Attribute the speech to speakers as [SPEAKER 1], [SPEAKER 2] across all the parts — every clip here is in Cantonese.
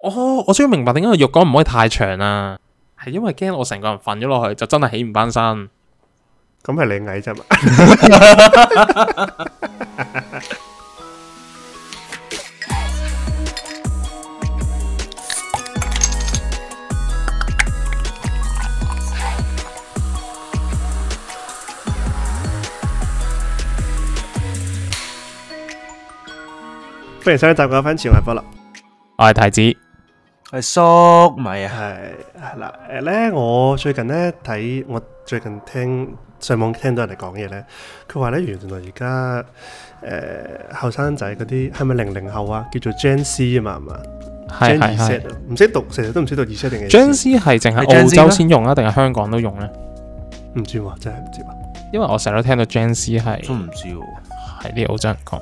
[SPEAKER 1] 哦，我終於明白點解個浴缸唔可以太長啦，係因為驚我成個人瞓咗落去，就真係起唔翻身。
[SPEAKER 2] 咁係你矮啫嘛。歡迎收聽《習慣番前我係波立。
[SPEAKER 1] 我係太子，
[SPEAKER 3] 系粟米啊，
[SPEAKER 2] 係係啦，誒咧，我最近咧睇，我最近聽上網聽到人哋講嘢咧，佢話咧原來而家誒後生仔嗰啲係咪零零後啊，叫做 Gen C 啊嘛，係嘛
[SPEAKER 1] 係
[SPEAKER 2] ？Gen
[SPEAKER 1] 係
[SPEAKER 2] Z
[SPEAKER 1] 係。
[SPEAKER 2] 啊唔識讀，成日都唔知道二 set 定幾
[SPEAKER 1] Gen Z 係淨係
[SPEAKER 3] 係 Gen
[SPEAKER 1] 澳
[SPEAKER 3] Z
[SPEAKER 1] 洲
[SPEAKER 3] 咩
[SPEAKER 1] 先用啊，定係香港都用呢？
[SPEAKER 2] 唔知喎，真係唔知喎。
[SPEAKER 1] 因為我成日都聽到 Gen Z 係
[SPEAKER 3] 都唔知喎。
[SPEAKER 1] 係啲澳洲人講。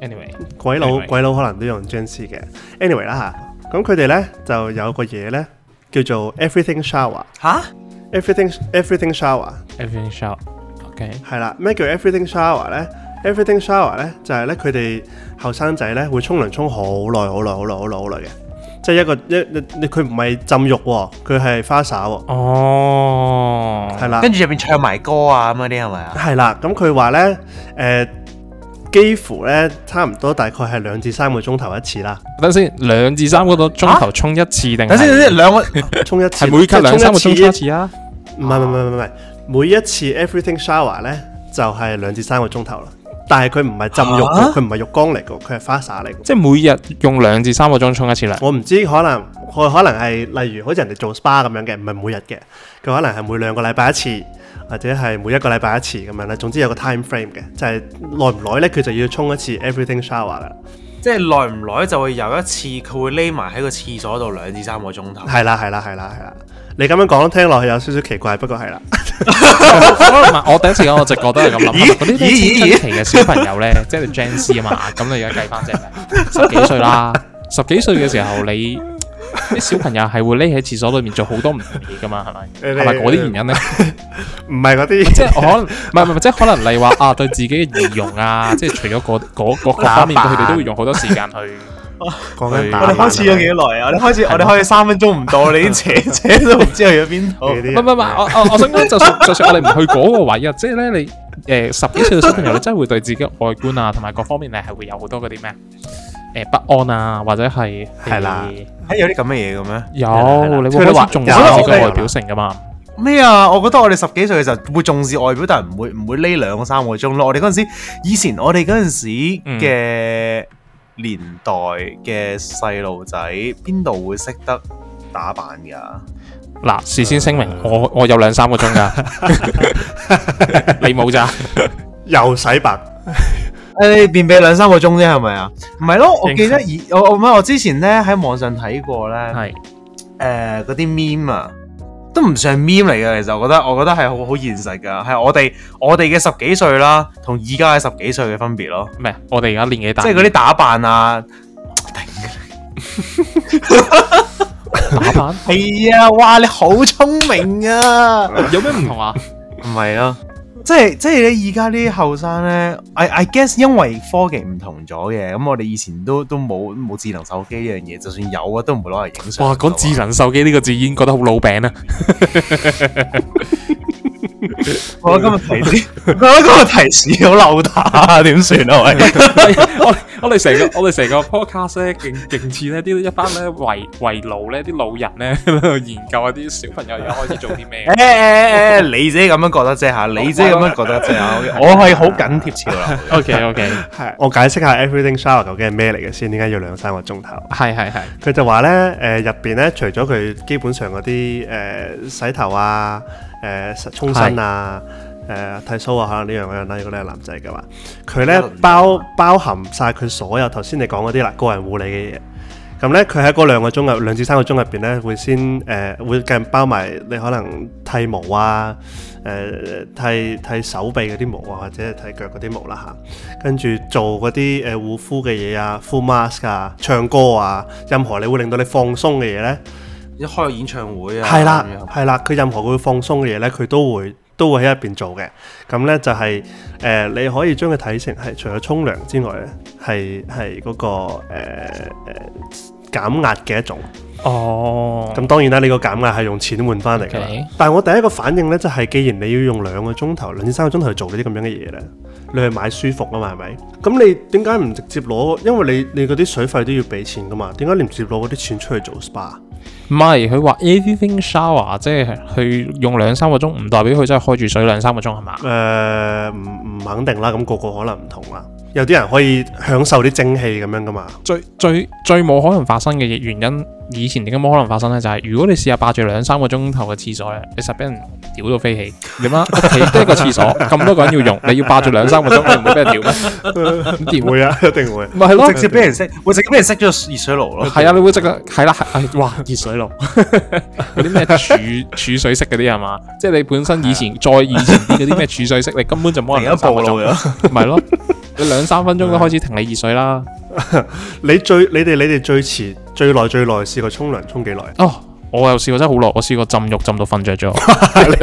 [SPEAKER 1] anyway，
[SPEAKER 2] 鬼佬
[SPEAKER 1] Anyway
[SPEAKER 2] 鬼佬可能都用 Gen C 嘅，anyway 啦嚇。咁佢哋咧就有個嘢咧叫做 Everything Shower，Everything
[SPEAKER 3] 吓
[SPEAKER 2] Everything Shower。
[SPEAKER 1] everything shot。OK，
[SPEAKER 2] 係啦，咩叫 everything shower 咧？everything shower 咧就係咧佢哋後生仔咧會沖涼沖好耐好耐好耐好耐好耐嘅，即係一個一一佢唔係浸浴喎，佢係花灑喎，
[SPEAKER 1] 哦，
[SPEAKER 2] 係啦，
[SPEAKER 3] 跟住入边唱埋歌啊咁嗰啲係咪啊？
[SPEAKER 2] 係啦，咁佢話咧誒幾乎咧差唔多大概係兩至三個鐘頭一次 啦，
[SPEAKER 1] 等先，兩至三個鐘頭沖一次定
[SPEAKER 3] 啊等先等
[SPEAKER 1] 係
[SPEAKER 3] 先，兩 個
[SPEAKER 2] 沖一次
[SPEAKER 1] 係每隔兩三個鐘沖
[SPEAKER 2] 即係
[SPEAKER 1] 一
[SPEAKER 2] 沖
[SPEAKER 1] 次啊？
[SPEAKER 2] 一唔係唔係唔係唔係，每一次 everything shower 咧就係兩至三個鐘頭啦，但係佢唔係浸浴喎，
[SPEAKER 1] 啊
[SPEAKER 3] 嚇
[SPEAKER 2] 佢唔係浴缸嚟嘅，佢係花灑嚟嘅。
[SPEAKER 1] 即係每日用兩至三個鐘沖一次涼。
[SPEAKER 2] 我唔知，可能佢可能係例如好似人哋做 SPA 咁樣嘅，唔係每日嘅，佢可能係每兩個禮拜一次，或者係每一個禮拜一次咁樣啦。總之有個 time frame 嘅，就係耐唔耐咧，佢就要沖一次 everything shower 啦。
[SPEAKER 3] 即係耐唔耐就會有一次佢會匿埋喺個廁所度兩至三個鐘 頭。
[SPEAKER 2] 係 啦，係啦，係啦，係啦。你咁樣講聽落去有少少奇怪，不過係 啦，
[SPEAKER 1] 可能 我第一次講我就覺得係咁諗，嗰啲啲
[SPEAKER 3] 咦
[SPEAKER 1] 青春期嘅小朋 友咧，即係 Gen Z 啊嘛，咁你而家計翻啫，十幾歲啦，十幾歲嘅時候你啲小朋友係會匿喺廁所裏面做好多唔同嘢噶嘛，係咪？
[SPEAKER 2] 誒
[SPEAKER 1] 係咪嗰啲原因咧？
[SPEAKER 2] 唔係嗰啲
[SPEAKER 1] 即係我可能唔係唔係，即係可能例如話啊，對自己嘅儀容啊，即係除咗嗰嗰嗰各方面，佢哋都會用好多時間去。
[SPEAKER 2] 講緊
[SPEAKER 1] 我
[SPEAKER 2] 打
[SPEAKER 1] 哋
[SPEAKER 2] 扮啊
[SPEAKER 1] 開始咗
[SPEAKER 3] 幾耐啊？我哋開始我哋開始三分鐘唔到，你已經 扯扯都唔知去咗邊
[SPEAKER 2] 嗰啲啊
[SPEAKER 1] 唔係唔係唔係，我我我想講， 就算就算我哋唔去嗰個位啊，即係咧你誒十 幾歲嘅小朋友，你真係會對自己嘅外觀啊，同埋各方面你係會有好多嗰啲咩誒不安啊，或者係
[SPEAKER 2] 係啦
[SPEAKER 3] 係有啲咁嘅嘢嘅咩？
[SPEAKER 2] 係啦
[SPEAKER 1] 有你
[SPEAKER 2] 佢
[SPEAKER 1] 會
[SPEAKER 2] 都
[SPEAKER 1] 開
[SPEAKER 2] 話
[SPEAKER 1] 始重視
[SPEAKER 2] 有
[SPEAKER 1] 自己
[SPEAKER 2] 有
[SPEAKER 1] 嘅外表性噶嘛？
[SPEAKER 3] 咩啊？我覺得我哋十幾歲嘅時候會重視外表，但係唔會唔會呢兩三個鐘咯。我哋嗰陣時，以前我哋嗰陣時嘅年代嘅細路仔，邊度會識得打扮㗎？
[SPEAKER 1] 嗱，事先聲明，我我有兩三個鐘 㗎，你冇咋？
[SPEAKER 2] 又洗白，
[SPEAKER 3] 誒，你便秘兩三個鐘啫，係咪啊？唔係咯，我
[SPEAKER 1] 應該
[SPEAKER 3] 記得以我我唔係我之前咧喺網上睇過咧，
[SPEAKER 1] 係
[SPEAKER 3] 誒嗰啲 meme 啊，都唔算 meme 嚟嘅。其實我覺得，我覺得係好好現實㗎，係我哋我哋嘅十幾歲啦，同而家嘅十幾歲嘅分別咯。
[SPEAKER 1] 咩？我哋而家年紀大，
[SPEAKER 3] 即係嗰啲打扮啊，
[SPEAKER 1] 打扮，
[SPEAKER 3] 係啊，哇！你好聰明啊，唔
[SPEAKER 1] 有咩唔同啊？
[SPEAKER 3] 係咯，即係即係你而家啲後生咧，I I guess 因為科技唔同咗嘅，咁我哋以前都都冇冇智能手機呢樣嘢，就算有啊，都唔會攞嚟影 相。
[SPEAKER 1] 哇，講智能手機呢個字已經覺得好老餅啊！
[SPEAKER 3] 我今日提示， 我覺得今日提示好漏打，點算 啊？喂，
[SPEAKER 1] 我我哋成 個我哋成個 podcast 咧，勁勁似咧啲一班咧圍圍路咧啲老人咧 喺度研究下啲小朋友而家開始做啲 咩
[SPEAKER 3] 誒。誒誒，你自己咁樣覺得啫嚇，你自己咁樣覺得啫嚇，我係好緊貼潮流。
[SPEAKER 1] OK OK，
[SPEAKER 2] 係我解釋下 everything shower 究竟係咩嚟嘅先，點解要兩三個鐘頭？
[SPEAKER 1] 係係係，
[SPEAKER 2] 佢就話咧，誒入邊咧，除咗佢基本上嗰啲誒洗頭啊、誒、呃、沖身啊、誒剃鬚啊，可能呢樣嗰樣啦。如果你係男仔嘅話，佢咧
[SPEAKER 3] 一輪
[SPEAKER 2] 包包含晒佢所有頭先你講嗰啲啦，個人護理嘅嘢。咁咧，佢喺嗰兩個鐘入兩至三個鐘入邊咧，會先誒、呃、會計包埋你可能剃毛啊、誒、剃剃手臂嗰啲毛啊，或者係剃腳嗰啲毛啦、吓。跟住做嗰啲誒呃護膚嘅嘢啊、敷 mask 啊、唱歌啊，任何你會令到你放鬆嘅嘢咧，
[SPEAKER 3] 一開個演唱會啊，
[SPEAKER 2] 係啦
[SPEAKER 3] 咁樣
[SPEAKER 2] 係啦，佢任何會放鬆嘅嘢咧，佢都會都會喺入邊做嘅。咁咧就係、誒、你可以將佢睇成係除咗沖涼之外咧，係係嗰個誒誒、呃減壓嘅一種。
[SPEAKER 1] 哦，
[SPEAKER 2] 咁當然啦，你個減壓係用錢換翻嚟㗎啦。
[SPEAKER 1] OK
[SPEAKER 2] 但係我第一個反應呢，就係、既然你要用兩個鐘頭、兩至三個鐘頭去做呢啲咁樣嘅嘢呢，你去買舒服啊嘛，係咪？咁你點解唔直接攞？因為你你嗰啲水費都要俾錢㗎嘛，點解你唔直接攞嗰啲錢出去做 SPA？
[SPEAKER 1] 唔係佢話 everything shower，即係佢用兩三個鐘，唔代表佢真係開住水兩三個鐘係嘛？
[SPEAKER 2] 誒唔唔肯定啦，咁、個個可能唔同啦。有啲人可以享受啲蒸氣咁樣㗎嘛。
[SPEAKER 1] 最最最冇可能發生嘅原因，以前點解冇可能發生呢？就係、如果你試下霸住兩三個鐘頭嘅廁所咧，你實俾人屌到飛起。你媽屋企得一個廁所，咁多個人要用，你要霸住兩三個鐘，你唔會俾人屌咩？咁點啊？
[SPEAKER 2] 會啊，一 定會。
[SPEAKER 1] 咪係咯
[SPEAKER 3] 直，接俾人熄，會直接俾人熄咗熱水 爐咯。
[SPEAKER 1] 係啊，你會即刻係啦，係 係哇熱水爐嗰啲咩儲儲水式嗰啲係嘛？即係啊你本身以前再以前啲嗰啲咩儲水式，你根本就冇
[SPEAKER 3] 另
[SPEAKER 1] 人
[SPEAKER 3] 一暴
[SPEAKER 1] 兩三
[SPEAKER 3] 露
[SPEAKER 1] 個鐘
[SPEAKER 3] 咗，
[SPEAKER 1] 咪咯？你兩三分鐘都開始停你熱水啦。
[SPEAKER 2] 你最你哋你哋最遲最耐最耐試過沖涼沖幾耐？
[SPEAKER 1] 哦，我又試過真係好耐，我試過浸浴浸到瞓着咗。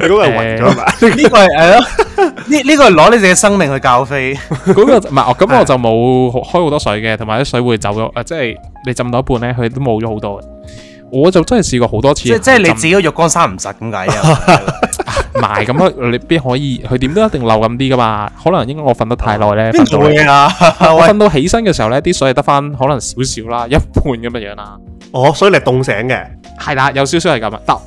[SPEAKER 2] 你嗰個係暈咗係嘛？
[SPEAKER 3] 呢個係係咯，呢呢個係攞你自己生命去教飛。
[SPEAKER 1] 嗰個就唔係，哦咁我就冇好開好多水嘅，同埋啲水會走咗，誒，即係你浸到一半咧，佢都冇咗好多嘅。我就真係試過好多次，
[SPEAKER 3] 即即係你自
[SPEAKER 1] 浸
[SPEAKER 3] 己個浴缸閂唔實咁解啊！
[SPEAKER 1] 埋咁啊，你邊可以？佢點都一定漏咁啲噶嘛？可能應該我瞓得太耐咧，
[SPEAKER 3] 邊
[SPEAKER 1] 瞓
[SPEAKER 3] 做
[SPEAKER 1] 到
[SPEAKER 3] 嘢啊？
[SPEAKER 1] 我瞓到起身嘅時候咧，啲水係得翻可能少少啦，一 半咁嘅樣啦。
[SPEAKER 2] 哦，所以你係凍醒嘅。
[SPEAKER 1] 係啦，有少少係咁啊，得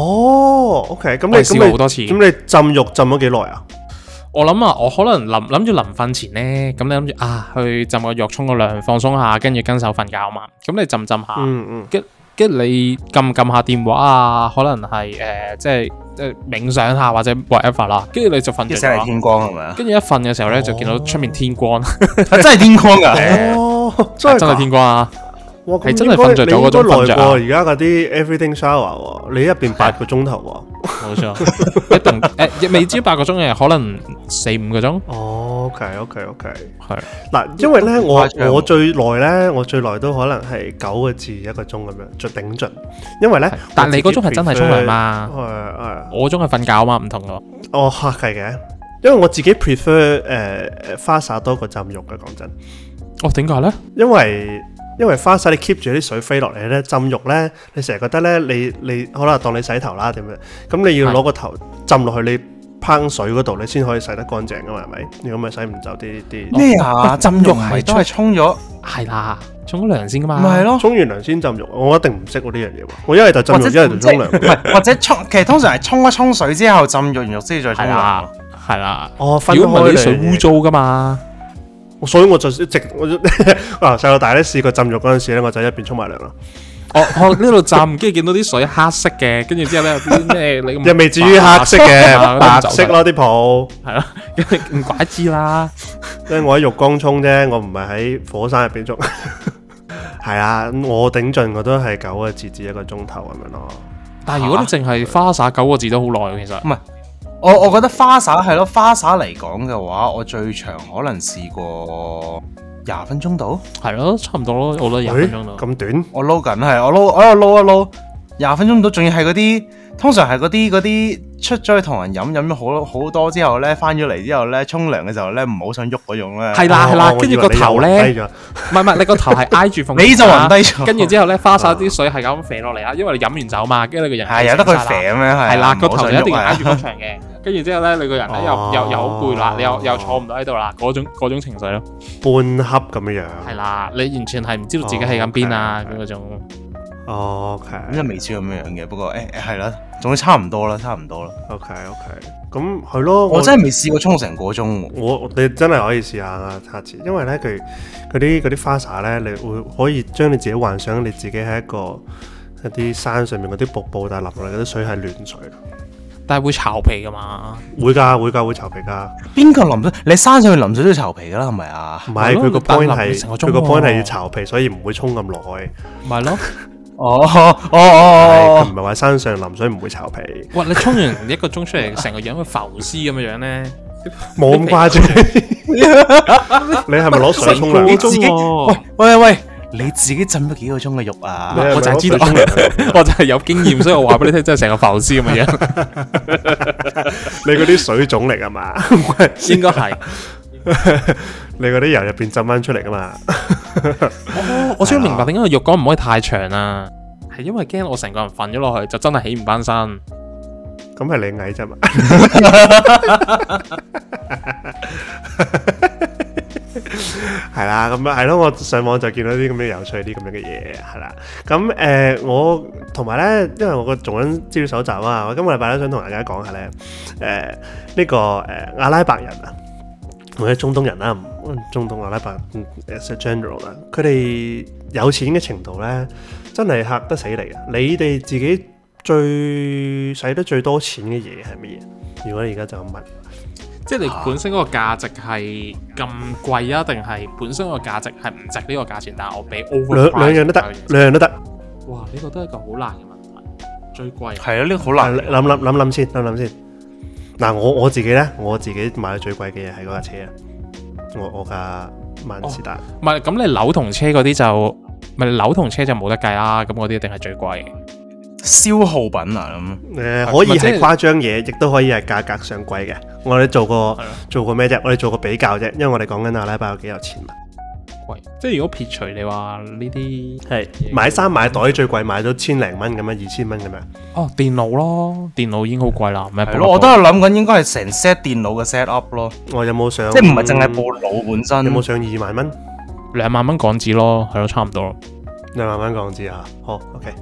[SPEAKER 2] 哦，OK，咁你
[SPEAKER 1] 我試過
[SPEAKER 2] 咁你
[SPEAKER 1] 好多次
[SPEAKER 2] 咁你浸浴浸咗幾耐啊？
[SPEAKER 1] 我諗啊，我可能臨諗住臨瞓前咧，咁你諗住啊，去浸個浴，沖個涼，放鬆下，跟住跟手瞓覺嘛。咁你浸浸
[SPEAKER 3] 啊
[SPEAKER 1] 下。
[SPEAKER 2] 嗯嗯，
[SPEAKER 1] 跟住你撳撳下電話啊，可能係誒、呃即係即係冥想下或者 whatever 啦，跟住你就瞓
[SPEAKER 3] 要
[SPEAKER 1] 着
[SPEAKER 3] 醒係
[SPEAKER 1] 咗。
[SPEAKER 3] 天光係咪啊？
[SPEAKER 1] 跟住一瞓嘅時候咧，就見到出面天光，
[SPEAKER 3] 真係天光㗎！
[SPEAKER 1] 誒
[SPEAKER 2] 哦，真
[SPEAKER 1] 真
[SPEAKER 2] 係㗎
[SPEAKER 1] 係天光啊！
[SPEAKER 2] 哇咁
[SPEAKER 1] 係真係瞓着咗嗰種
[SPEAKER 2] 你
[SPEAKER 1] 瞓
[SPEAKER 2] 應該
[SPEAKER 1] 着
[SPEAKER 2] 耐
[SPEAKER 1] 啊
[SPEAKER 2] 過而家嗰啲 everything shower 喎，你入邊八個鐘頭
[SPEAKER 1] 冇錯，一定誒、未至於八個鐘嘅，可能四五個鐘
[SPEAKER 2] 喎。哦，OK OK OK，
[SPEAKER 1] 係
[SPEAKER 2] 嗱，因為咧我
[SPEAKER 3] 誇張
[SPEAKER 2] 我最耐咧，我最耐都可能係九個字一個鐘咁樣，最頂盡。因為咧，
[SPEAKER 1] 但
[SPEAKER 2] 我
[SPEAKER 1] 你嗰
[SPEAKER 2] 自己
[SPEAKER 1] 鐘係真係沖涼
[SPEAKER 2] prefer-
[SPEAKER 1] 嘛
[SPEAKER 2] 誒誒。
[SPEAKER 1] 我嗰鐘係瞓覺啊嘛，唔同㗎。
[SPEAKER 2] 哦，客氣嘅，因為我自己 prefer 誒、呃、花灑多過浸浴嘅，講真，
[SPEAKER 1] 哦，點解咧？
[SPEAKER 2] 因為因為花灑你 keep 住啲水飛落嚟咧，浸浴咧，你成日覺得咧，你你好啦，當你洗頭啦點樣，咁你要
[SPEAKER 1] 係
[SPEAKER 2] 攞個頭浸落去你烹水嗰度，你先可以洗得乾淨噶嘛，係咪？你咁咪洗唔走啲啲。
[SPEAKER 3] 咩啊？浸浴
[SPEAKER 1] 唔係
[SPEAKER 3] 係都係沖咗，
[SPEAKER 1] 係啦，沖咗涼先㗎嘛。
[SPEAKER 3] 咪係咯？
[SPEAKER 2] 沖完涼先浸浴，我一定唔識嗰啲樣嘢喎。我一係就浸
[SPEAKER 3] 或
[SPEAKER 2] 浴，
[SPEAKER 3] 者
[SPEAKER 2] 一係就沖
[SPEAKER 3] 即
[SPEAKER 2] 涼。
[SPEAKER 3] 係唔係或者沖，其實通常係沖一沖水之後浸浴完浴先至再沖
[SPEAKER 1] 係
[SPEAKER 3] 涼
[SPEAKER 1] 啦。，係啦。
[SPEAKER 2] 哦，分
[SPEAKER 1] 如果唔係
[SPEAKER 2] 開
[SPEAKER 1] 你啲水
[SPEAKER 2] 嚟
[SPEAKER 1] 污糟㗎嘛。
[SPEAKER 2] 所以我就一直我就 啊細路大咧試過浸浴嗰陣時咧，我就一邊沖埋涼啦。
[SPEAKER 1] 我我哦呢度浸，跟住見到啲水黑色嘅，跟住之後 咧有啲咩你咁啊
[SPEAKER 2] 又未至於黑色嘅，白色，咯啲泡。
[SPEAKER 1] 係 咯，跟住唔怪之啦。
[SPEAKER 2] 因為我喺浴缸沖啫，我唔係喺火山入邊沖。 係啊，我頂盡我都係九個字至一個鐘頭咁樣咯。
[SPEAKER 1] 但係如果你淨係花灑九個字都好耐喎，其實
[SPEAKER 3] 我我覺得花灑係咯，花灑嚟講嘅話，我最長可能試過廿分鐘到。
[SPEAKER 1] 係咯，差唔多咯，我覺得廿分鐘
[SPEAKER 2] 咦
[SPEAKER 1] 咯。
[SPEAKER 2] 咁短？
[SPEAKER 3] 我撈緊係，我撈哎我喺度撈一撈廿分鐘到，仲要係嗰啲通常係嗰啲嗰啲出咗去同人飲飲咗好好多之後咧，翻咗嚟之後咧，沖涼嘅時候咧，唔好想喐嗰種咧。
[SPEAKER 1] 係啦係啦
[SPEAKER 2] 哦，
[SPEAKER 1] 跟住個頭，
[SPEAKER 2] 我以為
[SPEAKER 1] 咧
[SPEAKER 2] 你，又暈低咗
[SPEAKER 1] 唔係唔係，你個頭係挨 住縫，
[SPEAKER 3] 你就暈低咗
[SPEAKER 1] 跟住之後咧，花灑啲水係咁肥落嚟啊啦，因為你飲完酒嘛，跟住你個人
[SPEAKER 3] 係由得佢肥咁樣係。啊
[SPEAKER 1] 係啦，
[SPEAKER 3] 唔
[SPEAKER 1] 個
[SPEAKER 3] 好
[SPEAKER 1] 頭
[SPEAKER 3] 想
[SPEAKER 1] 就一定
[SPEAKER 3] 喐
[SPEAKER 1] 要挨
[SPEAKER 3] 啊
[SPEAKER 1] 住個牆嘅， 跟住之後咧，你個人咧
[SPEAKER 2] 哦
[SPEAKER 1] 又又又好攰啦，你又又坐唔到喺度啦，嗰種嗰種情緒咯，
[SPEAKER 2] 半盒咁樣樣。
[SPEAKER 1] 係啦，你完全係唔知道自己喺緊邊啊
[SPEAKER 2] 哦，OK，OK
[SPEAKER 1] 嗰種。
[SPEAKER 2] 哦
[SPEAKER 3] 咁就
[SPEAKER 2] ，OK
[SPEAKER 3] 未至於咁樣樣嘅，不過誒誒係啦，總之差唔多啦，差唔多啦。
[SPEAKER 2] OK OK，咁係咯。
[SPEAKER 3] 我真係未試過沖成個鐘喎。
[SPEAKER 2] 我你真係可以試下啊，下次，因為咧佢佢啲嗰啲花灑咧，你會可以將你自己幻想你自己喺一個一啲山上面嗰啲瀑布，但係流落嚟嗰啲水係暖水，
[SPEAKER 1] 但係會巢皮噶嘛？
[SPEAKER 2] 會㗎會㗎會巢皮㗎，
[SPEAKER 3] 邊個淋水？你山上去淋水都要籌皮㗎啦，係咪啊
[SPEAKER 2] 唔？係
[SPEAKER 1] 係咯
[SPEAKER 2] 佢個
[SPEAKER 1] 你單
[SPEAKER 2] point
[SPEAKER 1] 流
[SPEAKER 2] 係
[SPEAKER 1] 成個鐘
[SPEAKER 2] 佢個
[SPEAKER 1] 喎
[SPEAKER 2] point 係要巢皮，所以唔會沖咁耐。
[SPEAKER 1] 咪 咯，
[SPEAKER 3] 哦哦
[SPEAKER 2] 係
[SPEAKER 3] 哦
[SPEAKER 2] 佢唔
[SPEAKER 3] 哦
[SPEAKER 2] 係話山上淋水唔會巢 皮，
[SPEAKER 1] 哇！你沖完一個鐘出嚟，成個樣會浮屍咁樣樣咧，
[SPEAKER 2] 冇咁誇張。 你係咪攞水
[SPEAKER 1] 成
[SPEAKER 2] 沖
[SPEAKER 1] 個鐘
[SPEAKER 2] 涼啊？
[SPEAKER 3] 自己
[SPEAKER 1] 喎
[SPEAKER 3] 哦，喂喂喂，你自己浸咗幾個鐘嘅浴啊？
[SPEAKER 2] 你係咪
[SPEAKER 1] 我就係知
[SPEAKER 2] 攞水沖涼
[SPEAKER 1] 道，
[SPEAKER 2] 啊
[SPEAKER 1] 我就係有經驗，所以我話俾你聽，真係成個浮屍咁嘅樣，
[SPEAKER 2] 你嗰啲水腫嚟㗎嘛？唔係
[SPEAKER 1] 應該係
[SPEAKER 2] 你嗰啲油入邊浸翻出嚟㗎嘛？
[SPEAKER 1] 我我想明白點解個浴缸唔可以太長啊？係因為驚我成個人瞓咗落去，就真係起唔翻身。
[SPEAKER 2] 咁係你矮啫嘛？係啦，咁啊係咯，我上網就見到啲咁嘅有趣啲咁樣嘅嘢，係啦。咁誒、呃我同埋咧，因為我個做緊資料搜集啊，我今個禮拜咧想同大家講下咧，誒、呢、個誒、呃阿拉伯人啊，或者中東人啦、嗯中東阿拉伯嗯 as a general 啦，佢哋有錢嘅程度咧，真係嚇得死你啊！你哋自己最使得最多錢嘅嘢係乜嘢？如果你而家就咁問，
[SPEAKER 1] 即係你本身嗰個價值係咁貴啊，定係本身個價值係唔值呢個價錢？但係我俾 over
[SPEAKER 2] 兩兩樣都得，兩樣都得。
[SPEAKER 1] 哇！呢個都係一個好難嘅問題，最貴
[SPEAKER 3] 係啊，呢個好
[SPEAKER 2] 嗱，
[SPEAKER 3] 難
[SPEAKER 2] 諗諗諗諗先，諗諗先。嗱，我我自己咧，我自己買最貴嘅嘢係嗰架車啊，我我架萬
[SPEAKER 3] 哦
[SPEAKER 2] 事
[SPEAKER 3] 啊
[SPEAKER 2] 達。
[SPEAKER 1] 唔係咁，你樓同車嗰啲就咪樓同車就冇得計啦。咁嗰啲一定係最貴。
[SPEAKER 3] 消耗品啊咁。
[SPEAKER 2] 誒、可以
[SPEAKER 1] 或者
[SPEAKER 2] 係誇張嘢，亦都可以係價格上貴嘅。我哋做
[SPEAKER 1] 係
[SPEAKER 2] 過
[SPEAKER 1] 咯
[SPEAKER 2] 做過咩啫？我哋做過比較啫，因為我哋講緊阿啊拉伯有幾有錢嘛。
[SPEAKER 1] 貴，即係如果撇除你話呢啲
[SPEAKER 2] 係買衫買袋最貴買咗千零蚊咁樣，二千蚊咁樣。
[SPEAKER 1] 哦電腦咯，電腦已經好貴啦。
[SPEAKER 3] 係咯，我都係諗緊應該係成 set 電腦嘅 set up 咯，
[SPEAKER 1] 嗯
[SPEAKER 2] 我有冇上？
[SPEAKER 3] 即係唔係淨係部腦本身。
[SPEAKER 2] 有冇上二萬蚊？
[SPEAKER 1] 兩萬蚊港紙咯，係咯，差唔多。
[SPEAKER 2] 兩萬蚊港紙啊！好，OK。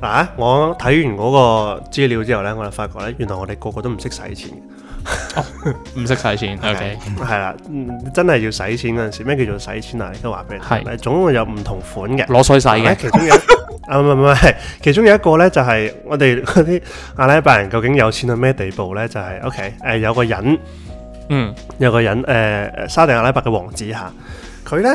[SPEAKER 2] 嗱，我睇完嗰個資料之後呢，我就發覺呢，原來我哋個個都唔識使錢嘅。
[SPEAKER 1] 唔識使錢，OK，
[SPEAKER 2] 係啦，嗯真係要使錢嗰陣時，咩叫做使錢啊？而家話俾你聽
[SPEAKER 1] 係
[SPEAKER 2] 咧，總會有唔同款嘅。
[SPEAKER 1] 攞水洗
[SPEAKER 2] 係
[SPEAKER 1] 嘅，
[SPEAKER 2] 其中有 一啊，唔係唔係唔係，其中有一個咧就係我哋嗰啲阿拉伯人究竟有錢到咩地步咧？就係、OK，誒、有個人
[SPEAKER 1] 嗯，
[SPEAKER 2] 有個人誒、呃沙地阿拉伯嘅王子嚇，佢咧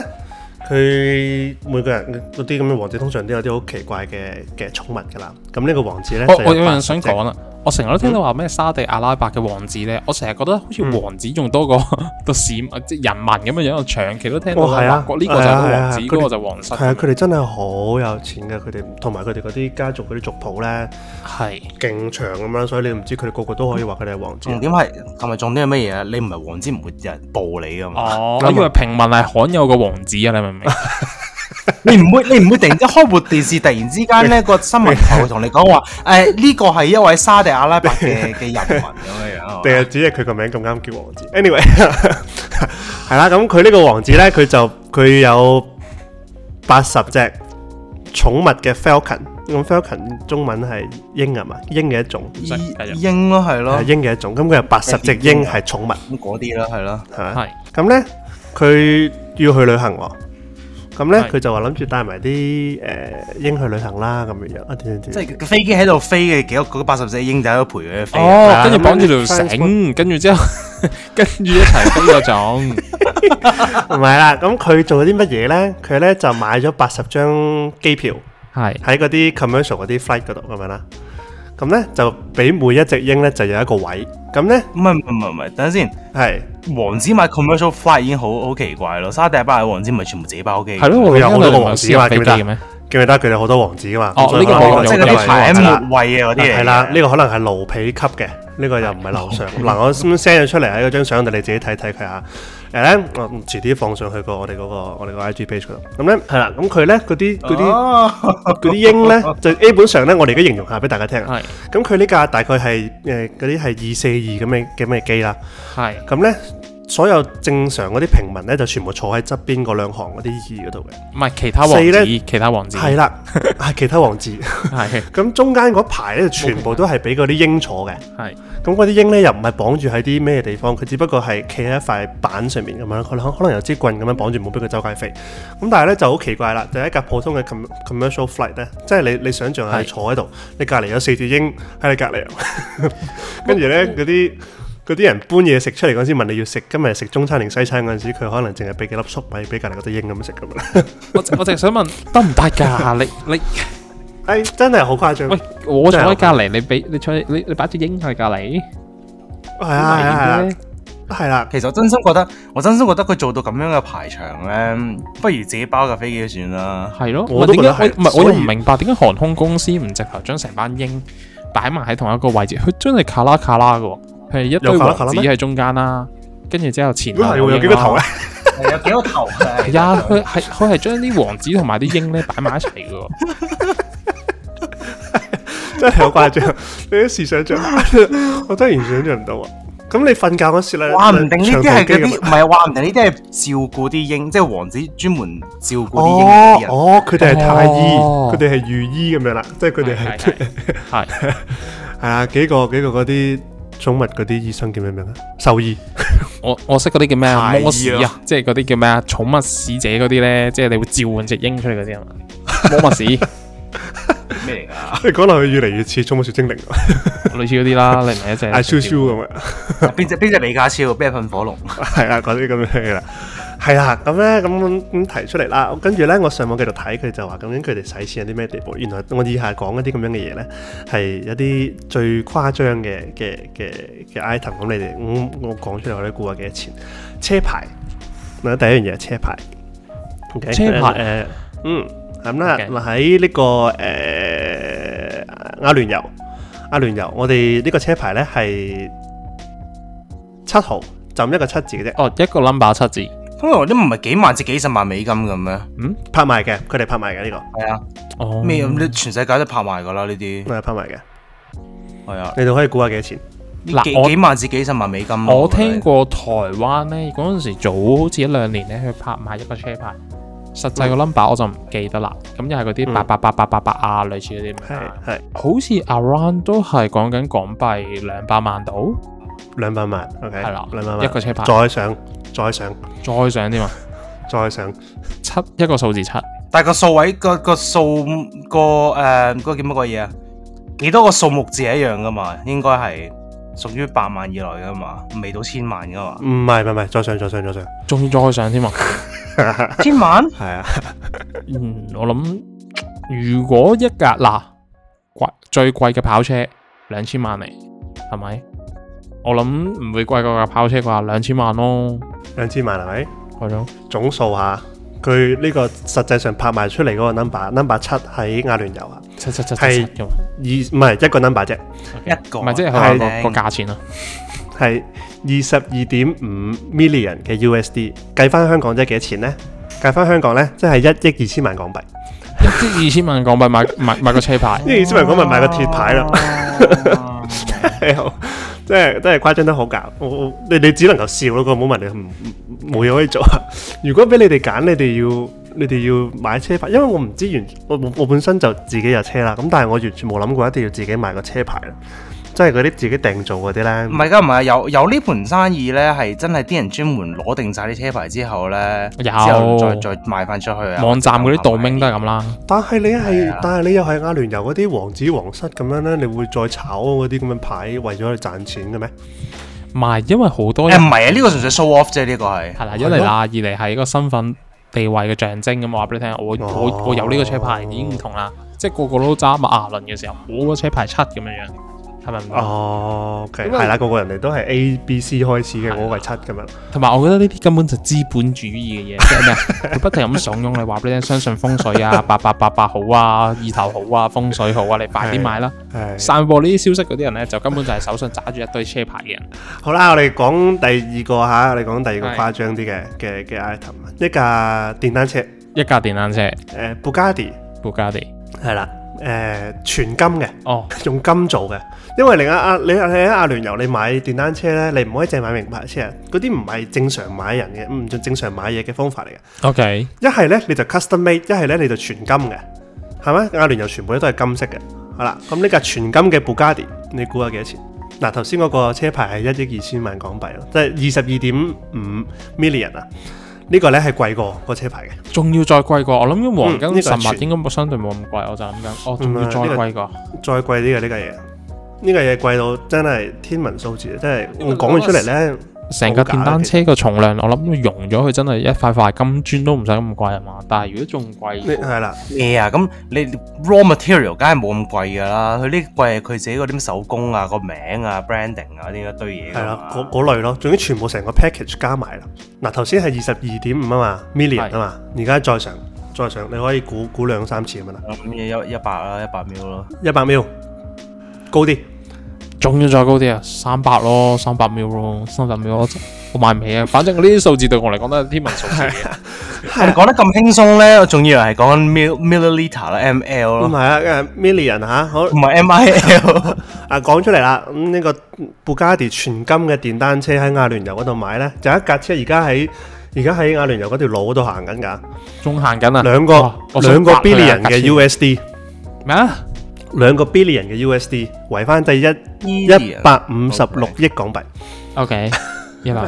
[SPEAKER 2] 佢每個人嗰啲咁嘅王子通常都有啲好奇怪嘅嘅寵物㗎啦。咁呢個王子咧，
[SPEAKER 1] 哦我
[SPEAKER 2] 就
[SPEAKER 1] 我有
[SPEAKER 2] 八
[SPEAKER 1] 樣
[SPEAKER 2] 十
[SPEAKER 1] 想
[SPEAKER 2] 隻
[SPEAKER 1] 講啊啦，我成日都聽
[SPEAKER 2] 嗯
[SPEAKER 1] 到話咩沙地阿拉伯嘅王子咧，我成日覺得好似王子仲多過 個市民即係人民咁樣樣，我長期都聽到
[SPEAKER 2] 哦係啊
[SPEAKER 1] 法國呢個就係王子，
[SPEAKER 2] 係啊係啊
[SPEAKER 1] 嗰個就皇室，
[SPEAKER 2] 係啊，佢哋真係好有錢嘅，佢哋同埋佢哋嗰啲家族嗰啲族譜咧，
[SPEAKER 1] 係
[SPEAKER 2] 勁長咁樣，所以你唔知佢哋個個都可以話佢哋係王子。啊
[SPEAKER 3] 重點係同埋重點係乜嘢啊？你唔係王子唔會有人報你噶嘛？
[SPEAKER 1] 哦，我以為平民係罕有個王子啊，你明唔 明？
[SPEAKER 3] 你唔會，你唔會突然之間開部電視，突然之 間咧個新聞台會同你講話，誒呢個係一位沙地阿拉伯 嘅嘅人民咁樣樣。
[SPEAKER 2] 定係只係佢個名咁啱叫王子。anyway，係啦，咁佢呢個王子呢，佢就佢有八十隻寵物嘅 falcon。咁 falcon 中文係鷹啊嘛，鷹嘅一種，
[SPEAKER 1] 識繼續
[SPEAKER 3] 英咯係咯
[SPEAKER 2] 係，鷹嘅一種。咁佢有八十隻鷹係寵物，
[SPEAKER 3] 咁嗰啲啦係啦。
[SPEAKER 2] 係咪？
[SPEAKER 1] 係
[SPEAKER 2] 咁呢，佢要去旅行喎。咁呢，
[SPEAKER 1] 係
[SPEAKER 2] 佢就話諗住帶埋啲誒鷹去旅行啦，咁樣樣啊，點點點
[SPEAKER 3] 即係個飛機喺度飛嘅幾個嗰八十隻英仔喺度陪佢飛。
[SPEAKER 1] 哦，跟住
[SPEAKER 2] 係啊
[SPEAKER 1] 綁住條
[SPEAKER 2] 咁樣
[SPEAKER 1] 繩，跟住之後跟住一齊飛嗰 種，
[SPEAKER 2] 唔係啦。咁佢做咗啲乜嘢呢？佢呢就買咗八十張機票。
[SPEAKER 1] 係
[SPEAKER 2] 喺嗰啲 commercial 嗰啲 flight 嗰度咁樣啦。咁咧就俾每一隻鷹咧就有一個位。咁咧
[SPEAKER 3] 唔係唔係唔係唔係，等陣先。
[SPEAKER 2] 係
[SPEAKER 3] 王子買 commercial flight 已經好好奇怪咯，沙地阿拉伯嘅王子唔係全部自己包機嘅。
[SPEAKER 1] 係咯，我
[SPEAKER 2] 佢有好多
[SPEAKER 1] 因為
[SPEAKER 2] 個王
[SPEAKER 1] 唔
[SPEAKER 2] 子啊
[SPEAKER 1] 係
[SPEAKER 2] 嘛
[SPEAKER 1] 飛機
[SPEAKER 2] 記唔記
[SPEAKER 1] 嘅
[SPEAKER 2] 得
[SPEAKER 1] 咩？
[SPEAKER 2] 記唔記得佢哋好多王子噶嘛？
[SPEAKER 1] 哦
[SPEAKER 2] 咁所
[SPEAKER 1] 呢
[SPEAKER 2] 以
[SPEAKER 1] 個
[SPEAKER 2] 可能
[SPEAKER 1] 我
[SPEAKER 2] 有
[SPEAKER 3] 即係嗰
[SPEAKER 2] 個
[SPEAKER 3] 啲
[SPEAKER 2] 位
[SPEAKER 3] 排
[SPEAKER 2] 係
[SPEAKER 3] 喺
[SPEAKER 2] 啦
[SPEAKER 3] 末位啊嗰啲嚟嘅。哦
[SPEAKER 2] 係啦，呢個可能係奴婢級嘅，呢個又唔係樓上。嗱，我咁 send 咗出嚟喺嗰張相度，你自己睇睇佢嚇。誒咧，我遲啲放上去個我哋嗰個我哋個 IG page 嗰度。咁咧係啦，咁佢咧嗰
[SPEAKER 3] 哦
[SPEAKER 2] 啲嗰啲
[SPEAKER 3] 啲
[SPEAKER 2] 嗰啲鷹
[SPEAKER 3] 哦
[SPEAKER 2] 咧，就基本上咧，我哋而家形容下俾大家聽啊。
[SPEAKER 1] 係
[SPEAKER 2] 咁佢呢架大概係誒嗰啲係二四二咁嘅咁嘅機啦。
[SPEAKER 1] 係
[SPEAKER 2] 咁咧，所有正常嗰啲平民咧，就全部坐喺側邊嗰兩行嗰啲椅嗰度嘅。
[SPEAKER 1] 唔係其他王
[SPEAKER 2] 四
[SPEAKER 1] 子
[SPEAKER 2] 呢，
[SPEAKER 1] 其他王子
[SPEAKER 2] 係啦，係其他王子。
[SPEAKER 1] 係
[SPEAKER 2] 咁中間嗰排咧，全部都係俾嗰啲鷹坐嘅。
[SPEAKER 1] 係
[SPEAKER 2] 咁嗰啲鷹咧又唔係綁住喺啲咩地方，佢只不過係企喺一塊板上面咁樣，可能可能有支棍咁樣綁住，冇俾佢周街飛。咁但係咧就好奇怪啦，就係一架普通嘅 com- commercial flight 咧，即係你你想象下你
[SPEAKER 1] 係
[SPEAKER 2] 坐喺度，你隔離有四隻鷹喺你隔離，跟住咧嗰啲。嗰啲人搬嘢食出嚟嗰陣時問你要食今日係食中餐定西餐嗰陣時，佢可能淨係俾幾粒粟米俾隔離嗰隻鷹咁樣食咁樣。
[SPEAKER 1] 我我淨係想問得唔得㗎？你你
[SPEAKER 2] 哎，真係好誇張。
[SPEAKER 1] 喂，我坐
[SPEAKER 2] 真係
[SPEAKER 1] 喺
[SPEAKER 2] 好
[SPEAKER 1] 隔離，你俾你坐你你擺隻鷹喺隔離，
[SPEAKER 2] 係啊係啊
[SPEAKER 1] 好危
[SPEAKER 2] 係啊
[SPEAKER 1] 險啫
[SPEAKER 2] 係啦，
[SPEAKER 3] 其實我真心覺得，我真心覺得佢做到咁樣嘅排場咧，不如自己包架飛機算啦。
[SPEAKER 1] 係咯，
[SPEAKER 2] 我都
[SPEAKER 1] 喂
[SPEAKER 2] 覺得
[SPEAKER 1] 點解
[SPEAKER 2] 係
[SPEAKER 1] 我唔係我
[SPEAKER 2] 所
[SPEAKER 1] 又
[SPEAKER 2] 以
[SPEAKER 1] 唔明白點解航空公司唔直頭將成班鷹擺埋喺同一個位置，佢真係卡啦卡啦嘅喎，係一堆
[SPEAKER 2] 有卡啦
[SPEAKER 1] 王
[SPEAKER 2] 卡啦
[SPEAKER 1] 子
[SPEAKER 2] 咩
[SPEAKER 1] 喺中間啦，跟住之後前
[SPEAKER 2] 如果係啊
[SPEAKER 1] 兩
[SPEAKER 2] 喎有幾個頭咧？
[SPEAKER 3] 係有幾個頭嘅。
[SPEAKER 1] 係啊，佢係佢係將啲王子同埋啲鷹咧擺埋一齊嘅喎。
[SPEAKER 2] 真係好誇張。你一時 想像，我真係完全想像唔到啊！咁你瞓覺嗰時咧，
[SPEAKER 3] 話唔定呢啲
[SPEAKER 2] 長
[SPEAKER 3] 係
[SPEAKER 2] 期
[SPEAKER 3] 嗰
[SPEAKER 2] 機啊
[SPEAKER 3] 啲，
[SPEAKER 2] 咁
[SPEAKER 3] 唔係話唔定呢啲係照顧啲鷹，即係王子專門照顧啲鷹嗰
[SPEAKER 2] 哦
[SPEAKER 3] 啲人。
[SPEAKER 2] 哦，佢哋係太醫，
[SPEAKER 1] 哦
[SPEAKER 2] 佢哋係御醫咁樣啦，即係 佢哋係
[SPEAKER 1] 係係係
[SPEAKER 2] 係啊幾個幾個嗰啲寵物嗰啲醫生叫咩名啊？獸醫
[SPEAKER 1] 我我識嗰啲叫咩啊？
[SPEAKER 3] 係啊
[SPEAKER 1] 摩士啊，即係嗰啲叫咩啊？寵物使者嗰啲咧，即係你會召喚隻鷹出嚟嗰啲啊嘛。摩 物使類
[SPEAKER 3] 咩嚟㗎？
[SPEAKER 2] 你講落去越嚟越似寵物小精靈，
[SPEAKER 1] 似嗰啲啦，你唔啊係一隻
[SPEAKER 2] 阿超超咁啊樣。
[SPEAKER 3] 邊只邊只李家超？邊只噴火龍？
[SPEAKER 2] 係啦，嗰啲咁樣嘅啦，係啦，咁咧咁咁提出嚟啦，跟住咧我上網繼續睇，佢就話究竟佢哋使啊錢有啲咩地步？原來我以下講一啲咁樣嘅嘢咧，係有啲最誇張嘅嘅嘅嘅 item，咁你哋我我講出嚟，我哋估下幾多錢？車牌，嗱第一樣嘢係車牌，OK，
[SPEAKER 1] 車牌
[SPEAKER 2] 誒、嗯，咁啦，
[SPEAKER 1] OK
[SPEAKER 2] 喺呢個誒、阿聯酋，阿聯酋，我哋呢個車牌咧係七號，就咁一個七字嘅啫。
[SPEAKER 1] 哦，一個 number 七字，
[SPEAKER 3] 通常都唔係幾萬至幾十萬美金咁咩？
[SPEAKER 2] 拍賣嘅，佢哋拍賣嘅呢
[SPEAKER 3] 係啊，
[SPEAKER 1] 哦，
[SPEAKER 3] 咩
[SPEAKER 2] 嗯
[SPEAKER 3] 咁？你全世界都拍賣㗎啦呢啲
[SPEAKER 2] 個，。我哋拍賣嘅，
[SPEAKER 3] 係啊，
[SPEAKER 2] 你哋可以估下幾多錢？
[SPEAKER 1] 嗱
[SPEAKER 3] 幾
[SPEAKER 1] 我
[SPEAKER 3] 幾萬至幾十萬美金啊咯。
[SPEAKER 1] 我聽
[SPEAKER 3] 過
[SPEAKER 1] 過台灣咧嗰陣時早好似一兩年咧，去拍賣一個車牌，實際個 number 我就唔記得啦。咁又係嗰啲
[SPEAKER 2] 嗯
[SPEAKER 1] 八八八八八八啊，類似嗰啲咁樣
[SPEAKER 2] 係
[SPEAKER 1] 啊。
[SPEAKER 2] 係
[SPEAKER 1] 好似 around 都係講緊港幣兩百萬到，
[SPEAKER 2] 兩百萬，OK，
[SPEAKER 1] 係啦
[SPEAKER 2] 兩百萬
[SPEAKER 1] 一個車牌，
[SPEAKER 2] 再上，再上，
[SPEAKER 1] 再上添啊，
[SPEAKER 2] 再上，。
[SPEAKER 1] 七一個數字七，
[SPEAKER 3] 但係個數位個個數個誒嗰個叫乜鬼嘢啊？幾多個數目字係一樣噶嘛？應該係屬於百萬以內噶嘛，未到千萬噶嘛
[SPEAKER 2] 唔係唔係唔係，再上再上再上，
[SPEAKER 1] 仲要再上添啊！
[SPEAKER 3] 千 萬
[SPEAKER 2] 係啊，
[SPEAKER 1] 嗯，我諗如果一架嗱貴最貴嘅跑車兩千萬嚟，係咪？我諗唔會貴過架跑車啩，兩千萬咯，
[SPEAKER 2] 兩千萬係咪？
[SPEAKER 1] 係咯。
[SPEAKER 2] 總數下，佢呢個實際上拍賣出嚟嗰個 number，number 七喺亞聯酋啊，
[SPEAKER 1] 七七七七
[SPEAKER 2] 係
[SPEAKER 1] 七咁，
[SPEAKER 2] 二唔係一個 number 啫，
[SPEAKER 3] 一個
[SPEAKER 1] 唔
[SPEAKER 3] 啊
[SPEAKER 1] 係即係佢話
[SPEAKER 3] 係
[SPEAKER 1] 個個價錢啊咯。
[SPEAKER 2] 係二十二點五 million 嘅 USD，計翻香港即係幾多錢呢？計翻香港呢，即係一億二千萬港幣，
[SPEAKER 1] 一億二千萬港幣買買買個車牌，
[SPEAKER 2] 一億二千萬港幣買個
[SPEAKER 1] 哦
[SPEAKER 2] 鐵牌啦。
[SPEAKER 3] 啦。
[SPEAKER 2] 即 係真係誇張得好搞，我我你你只能夠笑咯，個 moment 你唔唔冇嘢可以做啊！如果俾你哋揀，你哋要你哋要買車牌，因為我唔知原我我我本身就自己有車啦，咁但係我完全冇諗過一定要自己買個車牌啦，即係嗰啲自己訂做嗰啲咧，
[SPEAKER 3] 唔係㗎，唔係啊有有呢盤生意咧，係真係啲人專門攞定晒啲車牌之後咧，
[SPEAKER 1] 有
[SPEAKER 3] 之後再再賣翻出去啊。
[SPEAKER 1] 網站嗰啲盜名都係咁啦。
[SPEAKER 2] 但係你
[SPEAKER 3] 係
[SPEAKER 2] 係
[SPEAKER 3] 啊
[SPEAKER 2] 但係你又係阿聯酋嗰啲王子皇室咁樣咧，你會再炒嗰啲咁樣牌為咗去賺錢嘅咩？
[SPEAKER 1] 唔係，因為好多
[SPEAKER 3] 誒
[SPEAKER 1] 人
[SPEAKER 3] 唔係啊，呢個純粹 show off 啫，呢個係。
[SPEAKER 1] 係啦，一嚟啦，二嚟係一個身份地位嘅象徵咁話俾你聽，我
[SPEAKER 3] 哦
[SPEAKER 1] 我我有呢個車牌已經唔同啦，即係個個都揸馬牙輪嘅時候，我個車牌七咁樣樣，係咪唔同？
[SPEAKER 2] 哦，OK，
[SPEAKER 1] 因為
[SPEAKER 2] 係啦，個個人哋都係 A、B、C 開始
[SPEAKER 1] 係
[SPEAKER 2] 嘅，
[SPEAKER 1] 啊
[SPEAKER 2] 我係七咁樣。
[SPEAKER 1] 同埋我覺得呢啲根本就資本主義嘅嘢，即係 咩啊？佢不停咁慫恿你話俾你聽，相信風水啊，八八八八好啊，意頭好啊，風水好啊，你快啲買啦！
[SPEAKER 2] 係
[SPEAKER 1] 散播呢啲消息嗰啲人咧，就根本就係手上揸住一堆車牌嘅人。
[SPEAKER 2] 好啦，我哋講第二個吓，我哋講第二個
[SPEAKER 1] 係
[SPEAKER 2] 誇張啲嘅嘅嘅 item，一架電單車，誒、
[SPEAKER 1] 一架電單車，
[SPEAKER 2] 呃，布加迪
[SPEAKER 1] 布加迪，
[SPEAKER 2] 係啦，誒、全金嘅，
[SPEAKER 1] 哦，
[SPEAKER 2] 用金做嘅，因為你阿阿你你喺阿聯酋你買電單車咧，你唔可以淨係買名牌車，啊嗰啲唔係正常買人嘅，唔正常買嘢嘅方法嚟嘅，
[SPEAKER 1] OK，
[SPEAKER 2] 一係咧你就 custom made，一係咧你就全金嘅，係咪？阿聯酋全部都係金色嘅，好啦，咁呢架全金嘅布加迪，你估下幾多錢？嗱，頭先嗰個車牌係一億二千萬港幣咯，即係二十二點五 million 啊！呢個咧係貴過個車牌嘅，
[SPEAKER 1] 仲要再貴過，我諗緊黃金
[SPEAKER 2] 嗯呢個
[SPEAKER 1] 實
[SPEAKER 2] 係全
[SPEAKER 1] 物應該冇相對冇咁貴，我就諗緊，哦，仲要再
[SPEAKER 2] 嗯呢個
[SPEAKER 1] 貴過。
[SPEAKER 2] 再貴啲嘅呢個嘢，呢個嘢貴到真係天文數字，真係我講咗出嚟咧，
[SPEAKER 1] 成架電單車個重量，我諗溶咗佢真係一塊塊金磚都唔使咁貴啊嘛。但係如果仲
[SPEAKER 2] 你
[SPEAKER 1] 貴，
[SPEAKER 2] 係啦，
[SPEAKER 3] 咩啊？咁你 raw material 梗係冇咁貴噶啦，佢呢貴係佢自己嗰啲手工啊、個名啊、branding 啊呢一堆嘢
[SPEAKER 2] 係
[SPEAKER 3] 㗎
[SPEAKER 2] 啦
[SPEAKER 3] 嘛。，
[SPEAKER 2] 嗰嗰類咯，總之全部成個 package 加埋啦。嗱，頭先係二十二點五啊嘛，million 啊嘛，而家再上再上，你可以估估兩三次咁樣啦。
[SPEAKER 3] 咁嘢一一百啦，一百秒咯。
[SPEAKER 2] 一百 mil 高啲，
[SPEAKER 1] 仲要再高啲啊，三百咯，三百秒咯，三百秒我我買唔起啊。反正呢啲數字對我嚟講都係天文數字 嘅。
[SPEAKER 3] 我哋講得咁輕鬆咧，我仲以為係講緊 mil milliliter 啦，ml
[SPEAKER 1] 哦
[SPEAKER 2] 唔係
[SPEAKER 3] 咯，
[SPEAKER 2] 啊，誒 million 嚇，好
[SPEAKER 3] 唔係 mil。
[SPEAKER 2] 啊講出嚟啦。咁、呢個布加迪全金嘅電單車喺亞聯酋嗰度買咧，就有一架車而家喺而家喺亞聯酋嗰條路嗰度行緊㗎，
[SPEAKER 1] 仲行緊啊！
[SPEAKER 2] 兩個
[SPEAKER 1] 哇我想
[SPEAKER 2] 兩個
[SPEAKER 1] 刮佢啊
[SPEAKER 2] billion
[SPEAKER 1] 隔
[SPEAKER 2] 嘅
[SPEAKER 1] 次
[SPEAKER 2] USD，
[SPEAKER 1] 咩啊？
[SPEAKER 2] 兩個 billion 嘅 USD，圍翻第一
[SPEAKER 1] 啊
[SPEAKER 2] 一
[SPEAKER 3] Billion，
[SPEAKER 2] 百五十六億港幣。
[SPEAKER 1] OK，一 樓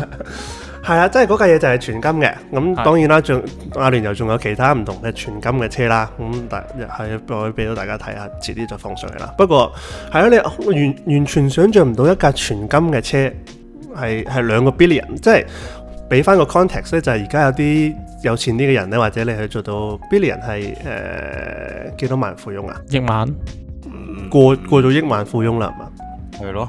[SPEAKER 2] 係啊，即係嗰架嘢就係全金嘅，咁
[SPEAKER 1] 係
[SPEAKER 2] 當然啦，仲阿聯酋仲有其他唔同嘅全金嘅車啦，咁大係我俾到大家睇下，遲啲再放上嚟啦。不過係啊，你完完全想像唔到一架全金嘅車係係兩個 billion，即係俾翻個 context 咧，就係而家有啲有錢啲嘅人咧，或者你去做到 billion 係誒、呃、幾多萬富翁啊？
[SPEAKER 1] 億萬
[SPEAKER 2] 過過咗億萬富翁啦，係嘛
[SPEAKER 3] 係咯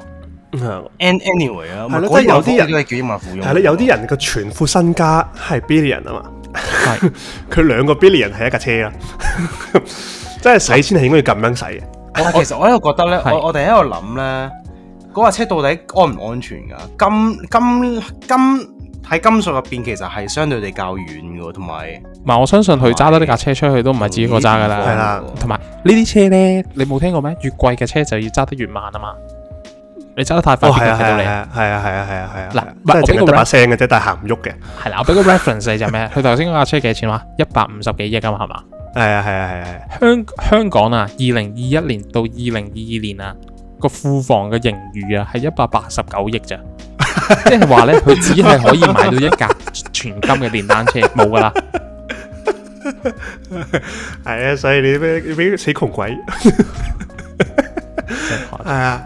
[SPEAKER 2] 嗯？
[SPEAKER 3] ，and anyway 啊，
[SPEAKER 2] 係咯
[SPEAKER 3] 嗰
[SPEAKER 2] 即係有啲人
[SPEAKER 3] 都係幾億萬富翁，
[SPEAKER 2] 係啦，有啲人嘅全副身家係 billion 啊嘛。
[SPEAKER 1] 係
[SPEAKER 2] 佢兩個 billion 係一架車啦， 真係使錢係應該要咁樣使嘅。
[SPEAKER 3] 但其實我喺度覺得咧，
[SPEAKER 1] 係
[SPEAKER 3] 我我哋喺度諗咧，嗰架車到底安唔安全㗎？金金金喺金屬入邊其實係相對地較軟嘅，同埋
[SPEAKER 1] 唔係我相信佢揸得呢架車出去都唔係自己一個揸噶
[SPEAKER 2] 係
[SPEAKER 1] 啦。
[SPEAKER 2] 啦
[SPEAKER 1] 同埋呢啲車呢，你冇聽過咩？越貴嘅車就要揸得越慢啊嘛。你揸得太快，
[SPEAKER 2] 哦，
[SPEAKER 1] 邊個
[SPEAKER 2] 係
[SPEAKER 1] 睇
[SPEAKER 2] 啊，係
[SPEAKER 1] 到
[SPEAKER 2] 啊，
[SPEAKER 1] 你
[SPEAKER 2] 係
[SPEAKER 1] 啊？
[SPEAKER 2] 啊，係啊，係啊，係啊，係啊，
[SPEAKER 1] 嗱
[SPEAKER 2] 真
[SPEAKER 1] 我
[SPEAKER 2] 係淨係
[SPEAKER 1] 呢個
[SPEAKER 2] 得把聲嘅啫，但係行唔喐嘅。
[SPEAKER 1] 係啦，我俾個 reference 你就係咩？佢頭先嗰架車幾錢話？一百五十幾億啊嘛，係嘛？
[SPEAKER 2] 係啊，係啊，係啊，係啊
[SPEAKER 1] 香香港啊，二零二一年到二零二二年啊，個庫房嘅盈餘啊係一百八十九億 咋，即係話呢，佢只係可以買到一架全金嘅電單車，冇噶啦。
[SPEAKER 2] 係啊，所以你俾你俾死窮鬼，
[SPEAKER 1] 真係
[SPEAKER 2] 係啊，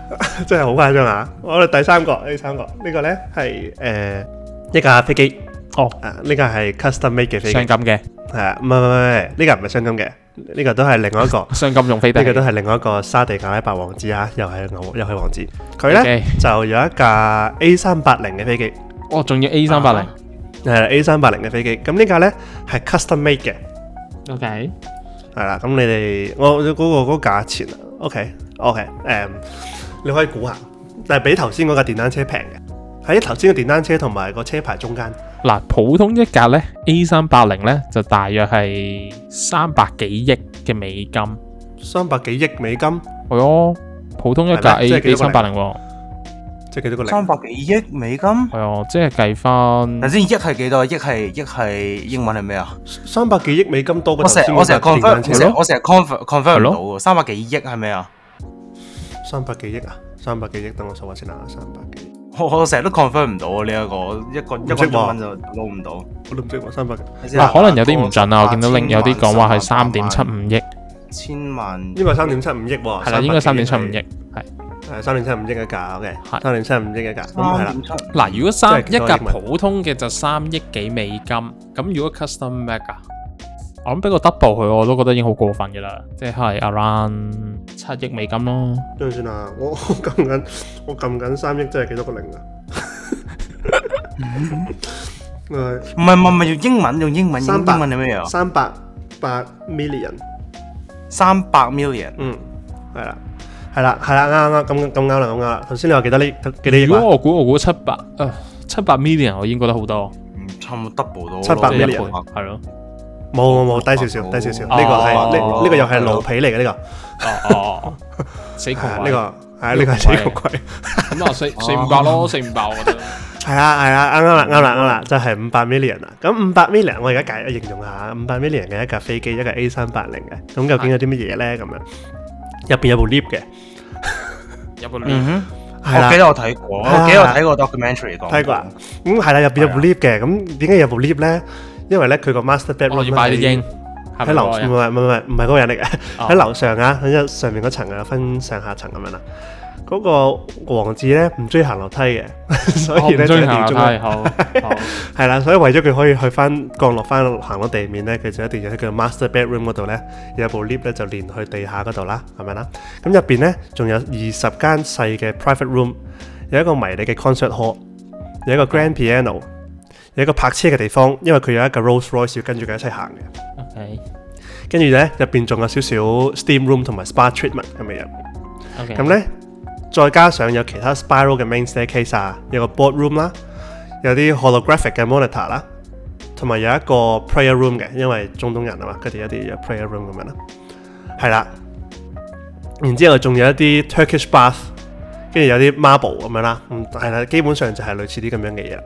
[SPEAKER 2] 真係好誇張啊！我哋第三個，第三個呢個咧係誒一架飛機，
[SPEAKER 1] 哦，
[SPEAKER 2] 啊呢架係 custom made 嘅飛機
[SPEAKER 1] 傷，金嘅，
[SPEAKER 2] 係啊，唔係唔係唔係，呢架唔係鑲金嘅，呢個都係另外一個。
[SPEAKER 1] 傷金用飛
[SPEAKER 2] 呢
[SPEAKER 1] 得
[SPEAKER 2] 個都
[SPEAKER 1] 起。
[SPEAKER 2] 係另外一個沙地阿拉伯王子啊，又係牛，又係王子。佢呢
[SPEAKER 1] OK
[SPEAKER 2] 就有一架 A 三八零嘅飛機，
[SPEAKER 1] 哦，仲要 A 三八零。
[SPEAKER 2] 係啦 A 三八零嘅飛機。咁呢架呢係 custom made 嘅，
[SPEAKER 1] OK，
[SPEAKER 2] 係啦。咁你哋我嗰、個嗰個價錢啊，OK OK，誒、你可以估下，但係比頭先嗰架電單車平嘅，喺頭先嘅電單車同埋個車牌中間。
[SPEAKER 1] 嗱，普通一架呢 A 三八零呢，就大約係三百幾億嘅美金，係
[SPEAKER 2] 三百幾億美金，
[SPEAKER 1] 哦。普通一架
[SPEAKER 2] 係
[SPEAKER 1] A
[SPEAKER 2] 咩即
[SPEAKER 1] A
[SPEAKER 2] 係幾多
[SPEAKER 1] 三
[SPEAKER 2] 個
[SPEAKER 1] 八零喎，
[SPEAKER 2] 即係幾多個零？
[SPEAKER 3] 三百幾億美金。
[SPEAKER 1] 係啊，即係計
[SPEAKER 3] 頭
[SPEAKER 1] 翻
[SPEAKER 3] 先億係幾多？億係億係英文係咩啊？
[SPEAKER 2] 三百幾億美金多過
[SPEAKER 3] 我
[SPEAKER 2] 頭
[SPEAKER 3] 成
[SPEAKER 2] 先
[SPEAKER 3] 日我成日
[SPEAKER 2] 嗰架電
[SPEAKER 3] confirm，
[SPEAKER 2] 單
[SPEAKER 3] 我成
[SPEAKER 2] 車
[SPEAKER 3] 日。我成日 confirm
[SPEAKER 1] 係
[SPEAKER 3] confirm 唔
[SPEAKER 1] 咯
[SPEAKER 3] 到喎，三百幾億係咩啊？
[SPEAKER 2] 三百幾億啊！三百幾億，等我數下先啦，三百幾億。
[SPEAKER 3] 我我成日都 confirm 唔到啊！呢一個一個一
[SPEAKER 2] 唔識喎
[SPEAKER 3] 個中文就撈唔到。
[SPEAKER 2] 我都唔識喎，三百幾。
[SPEAKER 1] 嗱，可能有啲唔準啊，我見到
[SPEAKER 3] 令
[SPEAKER 1] 另有啲講話係三點七五億。
[SPEAKER 3] 千萬
[SPEAKER 2] 呢個三點七五億喎，
[SPEAKER 1] 係啦，應該三點七五億。係
[SPEAKER 2] 係三點七五億一架，OK，
[SPEAKER 1] 係
[SPEAKER 2] 三點七五億一架，咁係啦
[SPEAKER 3] 三點，七五
[SPEAKER 1] 嗱，如果三一
[SPEAKER 2] 即係幾多
[SPEAKER 1] 架
[SPEAKER 2] 英文
[SPEAKER 1] 普通嘅就三億幾美金，咁如果 custom m a c 啊，我諗俾個 double 佢，我都覺得已經好過分嘅啦，即係 around 七億美金咯。
[SPEAKER 2] 等陣先啊，我我撳緊，我撳緊三億，即係幾多個零啊？
[SPEAKER 1] 嗯
[SPEAKER 2] 誒
[SPEAKER 3] 唔係唔係唔係用英文用英文用
[SPEAKER 2] 三百
[SPEAKER 3] 英文係咩嘢啊？
[SPEAKER 2] 三百八 million，
[SPEAKER 3] 三百 million
[SPEAKER 2] 嗯，係啦，係啦，係啦，啱啱咁咁啱啦，咁啱啦。頭先你話幾多呢？幾多億啊
[SPEAKER 1] 如
[SPEAKER 2] 話
[SPEAKER 1] 果？我估我估七百，誒七百 million 我已經覺得好多，
[SPEAKER 3] 嗯差唔多 double 到
[SPEAKER 2] 700
[SPEAKER 1] 即係一倍
[SPEAKER 2] million
[SPEAKER 1] 係 咯。
[SPEAKER 2] 冇冇冇，低少少，低少少。呢
[SPEAKER 1] 哦
[SPEAKER 2] 個係
[SPEAKER 1] 哦
[SPEAKER 2] 呢呢個又係老皮嚟嘅呢個
[SPEAKER 1] 哦哦，哦死
[SPEAKER 2] 係
[SPEAKER 1] 窮
[SPEAKER 2] 啊，
[SPEAKER 1] 鬼
[SPEAKER 2] 呢個係啊呢個係死個鬼。
[SPEAKER 1] 咁啊，四四五百咯，四五百我覺得。
[SPEAKER 2] 係啊係啊，啱啱啦啱啦啱啦，就係五百 million 啦。咁五百 million 我而家解形容下，五百 million 嘅一架飛機，一架 A 三八零嘅，咁究竟有啲乜嘢咧？咁樣入邊有部 lift 嘅，
[SPEAKER 1] 有個
[SPEAKER 3] 嗯
[SPEAKER 1] lift
[SPEAKER 3] 哼，
[SPEAKER 2] 係
[SPEAKER 3] 我
[SPEAKER 2] 啦，
[SPEAKER 3] 記得我睇過，
[SPEAKER 2] 啊
[SPEAKER 3] 我記得我睇過 documentary 講。
[SPEAKER 2] 睇過啊。咁係啦，入邊有
[SPEAKER 1] 啊
[SPEAKER 2] 部 lift 嘅，咁點解有部 lift 咧？因為咧佢個 master
[SPEAKER 1] 我
[SPEAKER 2] bedroom
[SPEAKER 1] 要買啲
[SPEAKER 2] 咧
[SPEAKER 1] 英，係咪
[SPEAKER 2] 喺樓
[SPEAKER 1] 嗰個
[SPEAKER 2] 唔
[SPEAKER 1] 人
[SPEAKER 2] 係唔係唔係唔係嗰個人嚟嘅，
[SPEAKER 1] 哦
[SPEAKER 2] 喺樓上啊，喺上面嗰層啊，分上下層咁樣啦。嗰個王子咧唔中意行樓梯嘅，所以
[SPEAKER 1] 我
[SPEAKER 2] 咧
[SPEAKER 1] 哦唔
[SPEAKER 2] 就
[SPEAKER 1] 中
[SPEAKER 2] 一
[SPEAKER 1] 意
[SPEAKER 2] 定
[SPEAKER 1] 行樓
[SPEAKER 2] 要中
[SPEAKER 1] 梯，
[SPEAKER 2] 間
[SPEAKER 1] 好好。
[SPEAKER 2] 係啦，所以為咗佢可以去翻降落翻行到地面咧，佢就一定要喺佢嘅 master bedroom 嗰度咧有一部 lift 咧就連去地下嗰度啦，係咪啦？咁入邊咧仲有二十間細嘅 private room，有一個迷你嘅 concert hall，有一個 grand piano，有一個泊車嘅地方，因為佢有一個 Rolls Royce 要跟住佢一齊行嘅。
[SPEAKER 1] OK
[SPEAKER 2] 跟住咧入邊仲有少少 steam room 同埋 spa treatment 咁嘅樣。
[SPEAKER 1] OK。
[SPEAKER 2] 咁咧，再加上有其他 spiral 嘅 main staircase 啊，有個 board room 啦，有啲 holographic 嘅 monitor 啦，同埋有一個 prayer room 嘅，因為中東人啊嘛，佢哋一啲有 prayer room 咁樣啦，係啦。然之後仲有一啲 Turkish bath，跟住有啲 marble 咁樣啦，嗯係啦，基本上就係類似啲咁樣嘅嘢啦。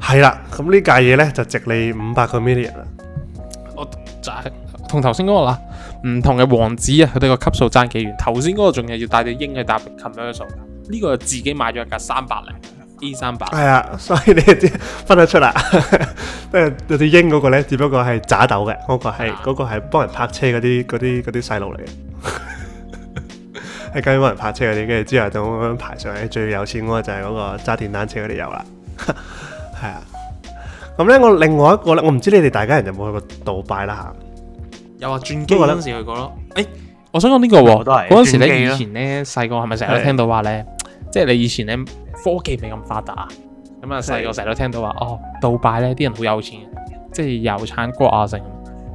[SPEAKER 2] 係啦，咁呢架嘢呢，就值你五百個 million 啦。
[SPEAKER 1] 我就係同頭先嗰個啦，唔同嘅王子啊，佢哋個級數爭幾遠。頭先嗰個仲係要帶隻鷹去搭 commercial，呢個自己買咗一架三百零 A 三百，
[SPEAKER 2] 係啊，所 以你知分得 出啦。誒，有隻鷹嗰個咧，只不過係渣斗嘅，嗰、個
[SPEAKER 1] À.
[SPEAKER 2] 係嗰、個係幫人泊車嗰啲嗰啲嗰啲細路 嚟嘅，係跟住幫人泊車嗰啲，跟住之後就咁樣排上去。最有錢嗰個就係嗰個揸電單車嗰啲友 啦，係啊。咁咧，我另外一個咧，我唔知你哋大家人有冇去過杜拜啦
[SPEAKER 1] 有啊，轉機嗰陣時去過咯。誒、我想講呢個喎，
[SPEAKER 3] 我嗯哦都係
[SPEAKER 1] 嗰陣時
[SPEAKER 3] 轉
[SPEAKER 1] 咧，
[SPEAKER 3] 機咯
[SPEAKER 1] 以前咧細個係咪成日都聽到話咧，即係你以前咧科技未咁發達啊，咁啊細個成日都聽到話哦，杜拜咧啲人好有錢嘅，即係有產國啊成，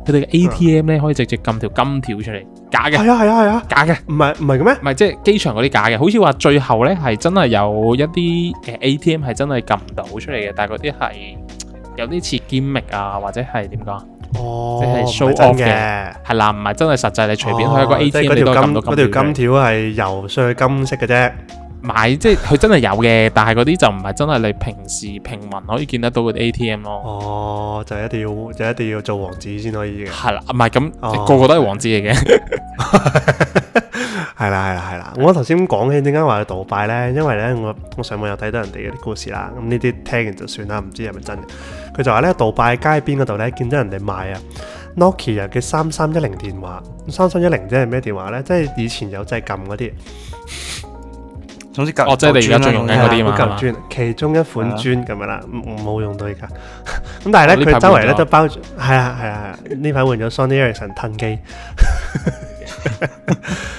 [SPEAKER 1] 佢哋嘅 ATM
[SPEAKER 3] 嗯
[SPEAKER 1] 咧可以直接撳條金條出嚟，假
[SPEAKER 2] 嚇。
[SPEAKER 1] 嘅，
[SPEAKER 2] 係啊係啊係啊，
[SPEAKER 1] 假嘅。
[SPEAKER 2] 唔係唔係嘅咩？
[SPEAKER 1] 唔係即係機場嗰啲假嘅，好似話最後咧係真係有一啲呃誒 ATM 係真係撳唔到出嚟嘅，但係嗰啲係有啲似 gimmick 啊，或者係點講啊？
[SPEAKER 2] 哦，
[SPEAKER 1] 即係 Dạ,
[SPEAKER 2] 唔
[SPEAKER 1] show
[SPEAKER 2] 真
[SPEAKER 1] off 嘅係啦，唔係真係實際，你隨便去一個
[SPEAKER 2] 哦即係
[SPEAKER 1] ATM 你都
[SPEAKER 2] 嗰條
[SPEAKER 1] 撳
[SPEAKER 2] 金
[SPEAKER 1] 到
[SPEAKER 2] 嗰
[SPEAKER 1] 咁
[SPEAKER 2] 條金條係游上去金色嘅啫。
[SPEAKER 1] 買，即係佢真係有嘅，但係嗰啲就唔係真係你平時平民可以見得到嗰啲 ATM 咯。
[SPEAKER 2] 哦，就一定要就一定要做王子先 可以嘅，
[SPEAKER 1] 係啦，唔係咁
[SPEAKER 2] 哦
[SPEAKER 1] 個個都係王子嚟嘅，
[SPEAKER 2] 係啦係啦係啦。我頭先講起點解話去杜拜呢？因為呢，我我上網有睇到人哋嗰啲故事啦，咁呢啲聽完就算啦，唔知係咪真嘅。佢就話呢，杜拜街邊嗰度呢，見到人哋賣啊 Nokia 嘅三三一零電話，三三一零即係咩電話呢？即係以前有掣撳嗰啲，
[SPEAKER 3] 總之隔
[SPEAKER 1] 哦即係你而家仲用緊嗰啲
[SPEAKER 2] 係
[SPEAKER 1] 嘛
[SPEAKER 2] 啦會撳磚，其中一款
[SPEAKER 3] 係啊
[SPEAKER 2] 磚咁樣啦，唔冇用到而家。 咁
[SPEAKER 1] 哦
[SPEAKER 2] 但係
[SPEAKER 1] 呢
[SPEAKER 2] 呢，
[SPEAKER 1] 排
[SPEAKER 2] 佢周圍呢
[SPEAKER 1] 換咗
[SPEAKER 2] 都包住，係啊係啊，係啊呢排換咗 Sony Ericsson 吞機。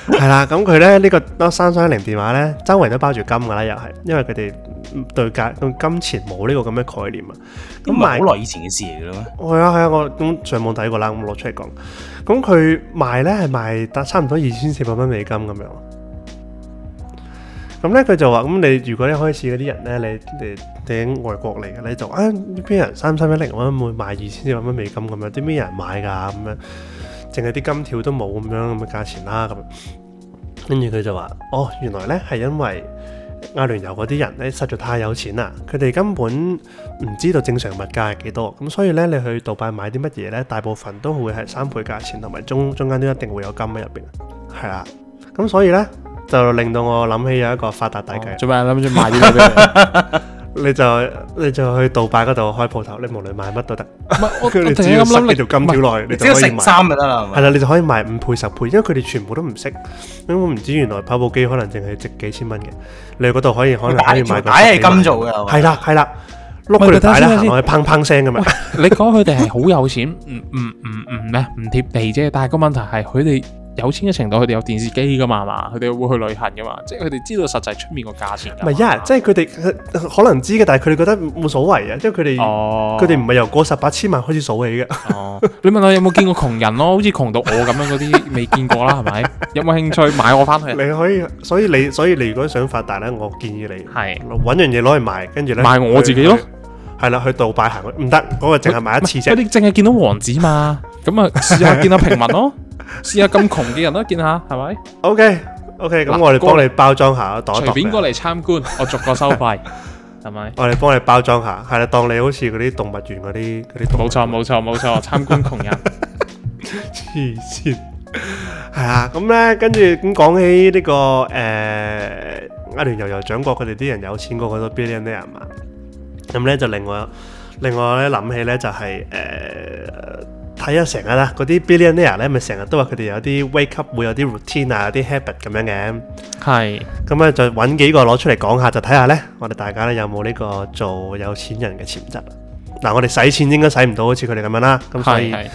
[SPEAKER 2] 係啦，咁佢咧呢個三三一零電話咧，周圍都包住金噶啦，又係，因為佢哋嗯對價對金錢冇呢個咁嘅概念啊。咁
[SPEAKER 3] 咁唔係
[SPEAKER 2] 賣
[SPEAKER 3] 好耐以前嘅事嚟嘅啦咩？
[SPEAKER 2] 係啊係啊，我咁上網睇過啦，咁攞出嚟講，咁佢賣咧係賣得差唔多二千四百蚊美金咁樣。咁咧佢就話：咁你如果一開始嗰啲人咧，你你你喺外國嚟嘅，你就啊呢邊人三三一零蚊會賣二千四百蚊美金咁樣，啲邊人買㗎咁樣？淨係啲金條都冇咁樣咁嘅價錢啦咁樣。跟住佢就話：哦，原來咧係因為呃阿聯酋嗰啲人咧實在太有錢啦，佢哋根本唔知道正常物價係幾多，咁所以咧你去杜拜買啲乜嘢咧，大部分都會係三倍價錢，同埋中
[SPEAKER 1] 嗯
[SPEAKER 2] 中間都一定會有金喺入邊，係啦。咁所以咧就令到我諗起有一個發達大計啦。
[SPEAKER 1] 做咩啊諗住買啲咩俾你？
[SPEAKER 2] 你就你就去杜拜嗰度開鋪頭，你無論買乜都得。
[SPEAKER 1] 唔係我我突
[SPEAKER 2] 佢
[SPEAKER 1] 然
[SPEAKER 2] 哋只
[SPEAKER 1] 間咁
[SPEAKER 2] 要塞
[SPEAKER 1] 諗
[SPEAKER 2] 幾條金條落去，你
[SPEAKER 3] 你只
[SPEAKER 2] 就
[SPEAKER 3] 要
[SPEAKER 2] 可以
[SPEAKER 3] 成
[SPEAKER 2] 賣。
[SPEAKER 3] 三就得啦，係
[SPEAKER 2] 係啊
[SPEAKER 3] 咪？
[SPEAKER 2] 啦，你就可以賣五倍十倍，因為佢哋全部都唔識。咁我唔知原來跑步機可能淨係值幾千蚊嘅，你去嗰度可以可能可以買
[SPEAKER 3] 帶
[SPEAKER 2] 個
[SPEAKER 3] 條帶
[SPEAKER 2] 十幾
[SPEAKER 3] 係
[SPEAKER 2] 萬
[SPEAKER 3] 金。做嘅，係咪
[SPEAKER 2] 係啦係啦，碌
[SPEAKER 1] 喂
[SPEAKER 2] 佢條帶
[SPEAKER 1] 等
[SPEAKER 2] 啦，
[SPEAKER 1] 陣
[SPEAKER 2] 行
[SPEAKER 1] 先
[SPEAKER 2] 落去砰砰聲咁樣。
[SPEAKER 1] 你講佢哋係好有錢，唔唔唔唔咩唔貼地啫。但係個問題係佢哋有錢嘅程度，佢哋有電視機噶嘛，係嘛？佢哋會去旅行噶嘛，即係佢哋知道實際出面個價錢㗎嘛。
[SPEAKER 2] 唔係呀，即係佢哋可能知嘅，但係佢哋覺得冇所謂啊，因為佢哋
[SPEAKER 1] 哦，
[SPEAKER 2] 佢哋唔係由過十八千萬開始數起嘅。
[SPEAKER 1] 哦，你問我有冇見過窮人咯？好似窮到我咁樣嗰啲未見過啦，係 咪？有冇興趣買我翻去？啊
[SPEAKER 2] 你可以，所以你所以你如果想發達咧，我建議你
[SPEAKER 1] 係
[SPEAKER 2] 揾樣嘢攞去賣，跟住咧
[SPEAKER 1] 賣我自己咯。
[SPEAKER 2] 係啦，去杜拜行唔得，嗰個淨係賣一次
[SPEAKER 1] 佢
[SPEAKER 2] 啫。
[SPEAKER 1] 哋淨係見到王子嘛，咁啊試 下見下平民咯，試下咁窮嘅人咯，見下係咪？
[SPEAKER 2] O K O K，
[SPEAKER 1] 嗱
[SPEAKER 2] 咁我哋
[SPEAKER 1] 過嚟
[SPEAKER 2] 幫你包裝下，度一啊度
[SPEAKER 1] 隨便
[SPEAKER 2] 佢
[SPEAKER 1] 過嚟參觀，我逐個收費，係咪？
[SPEAKER 2] 我哋幫你包裝下，係啦，當你好似嗰啲動物園嗰啲嗰啲動
[SPEAKER 1] 冇
[SPEAKER 2] 物
[SPEAKER 1] 錯冇錯冇錯，參觀窮 人。
[SPEAKER 2] 黐線。係啊，咁咧跟住咁講起呢、個誒、阿聯酋酋長國，佢哋啲人有錢過嗰個 billionaire 嘛，咁咧就令我令我咧諗起咧就係誒睇下成日啦，嗰啲 billionaire 咧咪成日都話佢哋有啲 wake up 會有啲 routine 啊，有啲 habit 咁樣嘅。
[SPEAKER 1] 係
[SPEAKER 2] 咁咧就揾幾個攞出嚟講下，就睇下呢，我哋大家呢有冇呢個做有錢人嘅潛質啊嗱，我哋使錢應該使唔到好似佢哋咁樣啦，咁所
[SPEAKER 1] 係
[SPEAKER 2] 以
[SPEAKER 1] 係。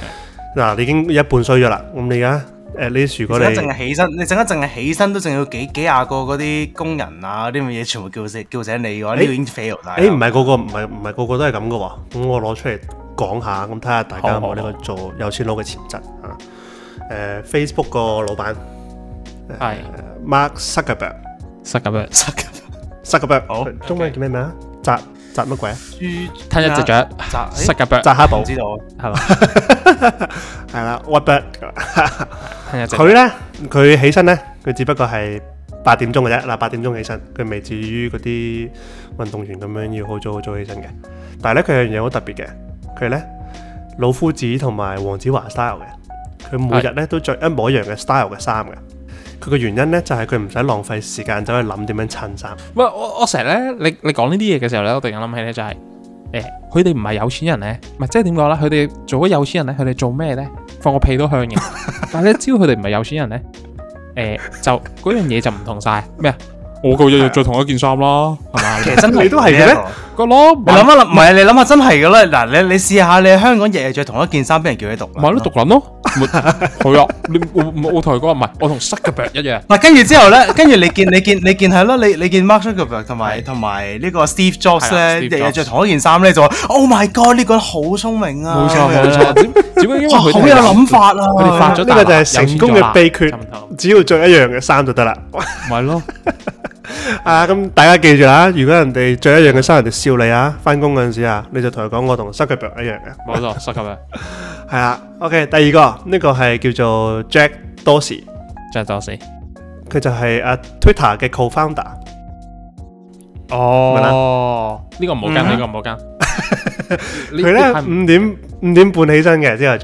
[SPEAKER 2] 嗱，你已經一半衰咗啦。咁你而家誒呢啲如果
[SPEAKER 3] 你陣間淨
[SPEAKER 2] 啊你
[SPEAKER 3] 係起身，你陣間淨係起身都仲要幾幾廿個嗰啲工人啊，嗰啲咁嘅嘢全部叫醒叫醒你嘅話，呢個已經 fail 晒啦。
[SPEAKER 2] 誒唔係個個唔係唔係個個都係咁嘅喎，咁我攞出嚟講下，咁睇下大家有冇呢個做有錢佬嘅潛質啊？誒 Facebook 個老闆啊
[SPEAKER 1] 係
[SPEAKER 2] 誒 Mark Zuckerberg。
[SPEAKER 1] 塞咁樣，
[SPEAKER 3] 塞嘅
[SPEAKER 2] 塞個 b
[SPEAKER 3] 好
[SPEAKER 2] 中文叫咩名啊？習扎扎乜鬼啊？
[SPEAKER 3] 豬
[SPEAKER 1] 吞一隻雀，
[SPEAKER 3] 扎
[SPEAKER 1] 塞架腳，
[SPEAKER 2] 扎哈
[SPEAKER 3] 唔
[SPEAKER 2] 寶
[SPEAKER 3] 知道
[SPEAKER 1] 係嘛？
[SPEAKER 2] 系啦，what bird？
[SPEAKER 1] 吞一隻
[SPEAKER 2] 佢咧，佢起身咧，佢只不過係八點鐘嘅啫。嗱，八點鐘起身，佢未至於嗰啲運動員咁樣要好早好早起身嘅。但係咧，佢有樣嘢好特別嘅，佢咧老夫子同埋黃子華 style 嘅，佢每日咧都着一模一樣嘅 style 嘅衫嘅。佢個原因咧就係佢唔使浪費時間走去諗點樣襯衫。
[SPEAKER 1] 喂，我我成日咧，你你講呢啲嘢嘅時候咧，我突然間諗起咧就係、誒，佢哋唔係有錢人咧，唔係即係點講咧？佢哋做咗有錢人咧，佢哋做咩咧？放個屁都香 嘅。但係咧，只要佢哋唔係有錢人咧，誒、就嗰樣嘢就唔同晒咩啊？我個日日着同一件衫啦，係嘛？
[SPEAKER 3] 其實真係
[SPEAKER 2] 你都係嘅咩
[SPEAKER 3] 呢一
[SPEAKER 1] 個
[SPEAKER 3] 個
[SPEAKER 1] 咯，
[SPEAKER 3] 你諗一諗，唔係你諗下真係噶啦。嗱，你你試下，你喺香港日日着同一件衫，俾人叫你讀。
[SPEAKER 1] 咪咯，獨撚 咯，咪係啊！你我我我同佢講唔係，我同塞嘅腳一樣。
[SPEAKER 3] 嗱，跟住之後咧，跟住你見 你見你見係咯，你你見 Mark Zuckerberg 同埋同埋呢個 Steve Jobs
[SPEAKER 1] 係啊
[SPEAKER 3] 咧，
[SPEAKER 1] ，Steve
[SPEAKER 3] 日
[SPEAKER 1] Jobs
[SPEAKER 3] 日着同一件衫咧，就話 Oh my God，呢個人好聰明啊！
[SPEAKER 1] 冇錯冇錯，只只不過因為
[SPEAKER 3] 哇，
[SPEAKER 1] 佢
[SPEAKER 3] 好
[SPEAKER 1] 哋
[SPEAKER 3] 有諗法啊！
[SPEAKER 1] 佢哋發咗
[SPEAKER 2] 呢個就哦係成功嘅秘訣
[SPEAKER 1] 有錢咗啦
[SPEAKER 2] 只要着一樣嘅衫就得啦。
[SPEAKER 1] 咪咯，
[SPEAKER 2] 啊，咁大家記住啦，如果人哋着一樣嘅衫，人哋笑你啊，翻工嗰陣時啊，你就同佢講我同 Zuckerberg 一樣嘅。
[SPEAKER 1] 冇錯，塞嘅腳，
[SPEAKER 2] 系啦，OK，第二個呢、個係叫做 Jack Dorsey，
[SPEAKER 1] 真係多死。
[SPEAKER 2] 佢就係啊 Twitter 嘅 co-founder，
[SPEAKER 1] 哦，呢個唔好跟，
[SPEAKER 2] 嗯
[SPEAKER 1] 呢個唔好 跟。
[SPEAKER 2] 佢嗯咧
[SPEAKER 1] 係
[SPEAKER 2] 五點五點半起身嘅朝頭
[SPEAKER 1] 係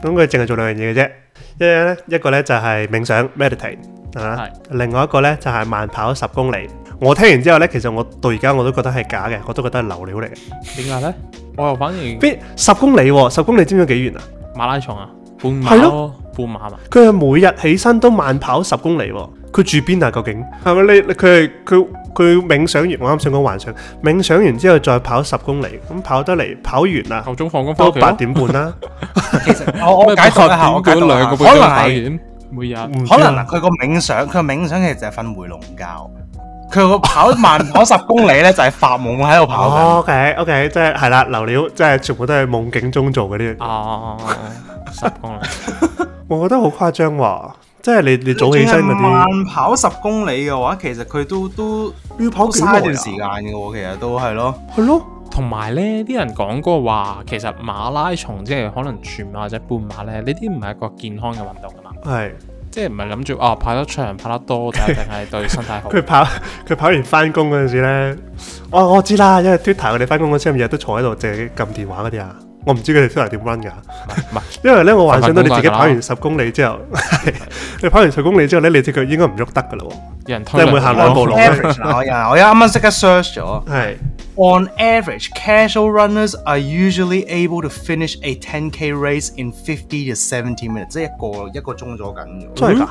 [SPEAKER 2] 早，咁佢淨係做兩樣嘢嘅啫，一樣咧一個咧就係冥想 meditate 係嘛
[SPEAKER 1] 係，
[SPEAKER 2] 另外一個咧就係慢跑十公里。我聽完之後咧，其實我到而家我都覺得係假嘅，我都覺得係流料嚟嘅。
[SPEAKER 1] 點解咧？我又反而
[SPEAKER 2] 邊十公里喎、十公里知唔知幾遠啊？
[SPEAKER 1] 馬拉松啊，半馬
[SPEAKER 2] 係
[SPEAKER 1] 咯，半馬嘛。
[SPEAKER 2] 佢係每日起身都慢跑十公里喎。佢住邊啊？究竟係咪你你佢係佢佢冥想完，我啱想講幻想，冥想完之後再跑十公里，咁跑得嚟跑完啦，
[SPEAKER 1] 後中放工翻
[SPEAKER 2] 都
[SPEAKER 1] 屋企咯
[SPEAKER 2] 八，點半 啦。
[SPEAKER 3] 其實我我解讀一下，我解讀一下
[SPEAKER 1] 兩個
[SPEAKER 3] 可
[SPEAKER 1] 半鐘
[SPEAKER 3] 能
[SPEAKER 1] 打
[SPEAKER 3] 係
[SPEAKER 1] 完，每日
[SPEAKER 2] 唔知
[SPEAKER 3] 可能
[SPEAKER 2] 啊
[SPEAKER 3] 嗱，佢個冥想，佢個冥想其實就係瞓回籠覺，佢個跑 慢跑十公里咧就係發夢喺度跑緊。
[SPEAKER 2] 哦，OK OK，即係係啦，流料即係全部都係夢境中做嘅呢樣，
[SPEAKER 1] 啊十公里，
[SPEAKER 2] 我覺得好誇張喎。即係你你早起身嗰
[SPEAKER 3] 仲係
[SPEAKER 2] 啲，
[SPEAKER 3] 慢跑十公里嘅話，其實佢都都
[SPEAKER 2] 要
[SPEAKER 3] 都
[SPEAKER 2] 跑幾耐
[SPEAKER 3] 嘥
[SPEAKER 2] 啊
[SPEAKER 3] 一段時間嘅喎，其實都係咯。
[SPEAKER 2] 係咯，
[SPEAKER 1] 同埋咧，啲人講過話，其實馬拉松即係可能全馬或者半馬咧，呢啲唔係一個健康嘅運動㗎啊嘛，
[SPEAKER 2] 係
[SPEAKER 1] 即係唔係諗住啊跑得長跑得多就一定係對身體好。
[SPEAKER 2] 佢跑佢跑完翻工嗰陣時咧，我我知啦，因為 Twitter 佢哋翻工嗰陣時日日都坐喺度淨係撳電話嗰啲啊，我唔知佢哋 Twitter 點 run 㗎。
[SPEAKER 1] 唔係
[SPEAKER 2] 因為咧，我幻想到你自己
[SPEAKER 1] 快快
[SPEAKER 2] 跑
[SPEAKER 1] 工
[SPEAKER 2] 完十公里之後，係你跑完十公里之後咧，你只腳應該唔喐得噶啦
[SPEAKER 1] 有人
[SPEAKER 2] 即係會
[SPEAKER 1] 推
[SPEAKER 2] 行
[SPEAKER 1] 兩
[SPEAKER 2] 兩
[SPEAKER 1] 步
[SPEAKER 2] 步
[SPEAKER 3] Oh.
[SPEAKER 1] 路
[SPEAKER 2] 路。
[SPEAKER 3] Average 嗱我又我又啱啱識得 search oh. 咗。
[SPEAKER 2] 喎。係
[SPEAKER 3] On average, casual runners are usually able to finish a 10k race in 50 to 70 minutes，即係一個一個鐘咗緊嘅。
[SPEAKER 2] 真係㗎！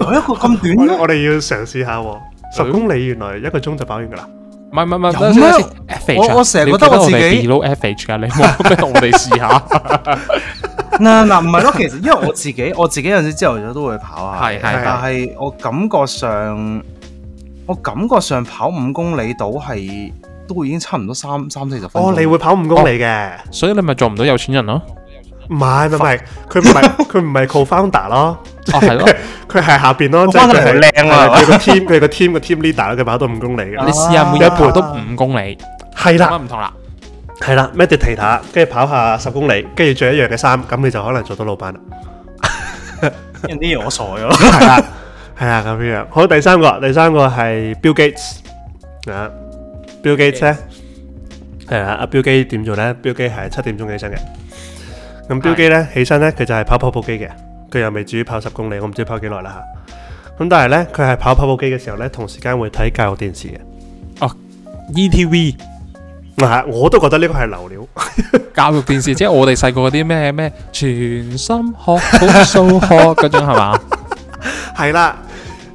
[SPEAKER 3] 有一個咁短
[SPEAKER 2] 我
[SPEAKER 3] 咩
[SPEAKER 2] 哋？我哋要嘗試下喎，十公里原來一個鐘就跑完㗎啦。
[SPEAKER 1] 唔係唔係唔係，
[SPEAKER 3] 有
[SPEAKER 1] 等陣
[SPEAKER 3] 咩
[SPEAKER 1] 先等陣先
[SPEAKER 3] 我
[SPEAKER 1] average 啊
[SPEAKER 3] 我成日
[SPEAKER 1] 你
[SPEAKER 3] 覺得我自己
[SPEAKER 1] 哋 below average 㗎，你 冇俾我哋試下。
[SPEAKER 3] 嗱嗱，唔係 咯，其實因為我自己，我自己有陣時朝頭早都會跑下，
[SPEAKER 1] 係係
[SPEAKER 3] 但
[SPEAKER 1] 係
[SPEAKER 3] 係我感覺上，我感覺上跑五公里到係都已經差唔多三三四十分鐘。
[SPEAKER 2] 哦，你會跑五公里嘅？
[SPEAKER 1] 所以你咪做唔到有錢人咯。
[SPEAKER 2] 唔係唔係唔係，佢唔係佢唔係 co-founder 咯，
[SPEAKER 1] 哦，係咯，
[SPEAKER 2] 佢係下邊咯，即係佢
[SPEAKER 3] co-founder
[SPEAKER 2] 係
[SPEAKER 3] 好靚啊
[SPEAKER 2] 係佢個 team 佢個 team 個 team leader 佢跑到五公里
[SPEAKER 1] 你
[SPEAKER 2] 嘅。
[SPEAKER 1] 試下每日跑都五公里，
[SPEAKER 2] 係
[SPEAKER 1] 咁啊
[SPEAKER 2] 啦
[SPEAKER 1] 唔同啦。
[SPEAKER 2] 係啦，meditate 下，跟住跑下十公里，跟住着一樣嘅衫，咁你就可能做到老 闆啦。
[SPEAKER 3] 人啲嘢我傻咗。
[SPEAKER 2] 系啦，系啦咁樣。好，第三個，第三個係 Bill Gates 啊，Bill Gates 咧係啦，阿 Bill Gates 點做咧？Bill Gates 係七點鐘起身嘅。咁 Bill Gates 咧起身咧，佢就係跑跑步機嘅，佢又未至於跑十公里，我唔知跑幾耐啦吓。咁但係咧，佢係跑跑步機嘅時候咧，同時間會睇教育電視嘅。
[SPEAKER 1] 哦，ETV
[SPEAKER 2] 嗱，我都覺得呢個係流料，
[SPEAKER 1] 教育電視，即係我哋細個嗰啲咩咩全心學好數學嗰種係嘛？
[SPEAKER 2] 係啦，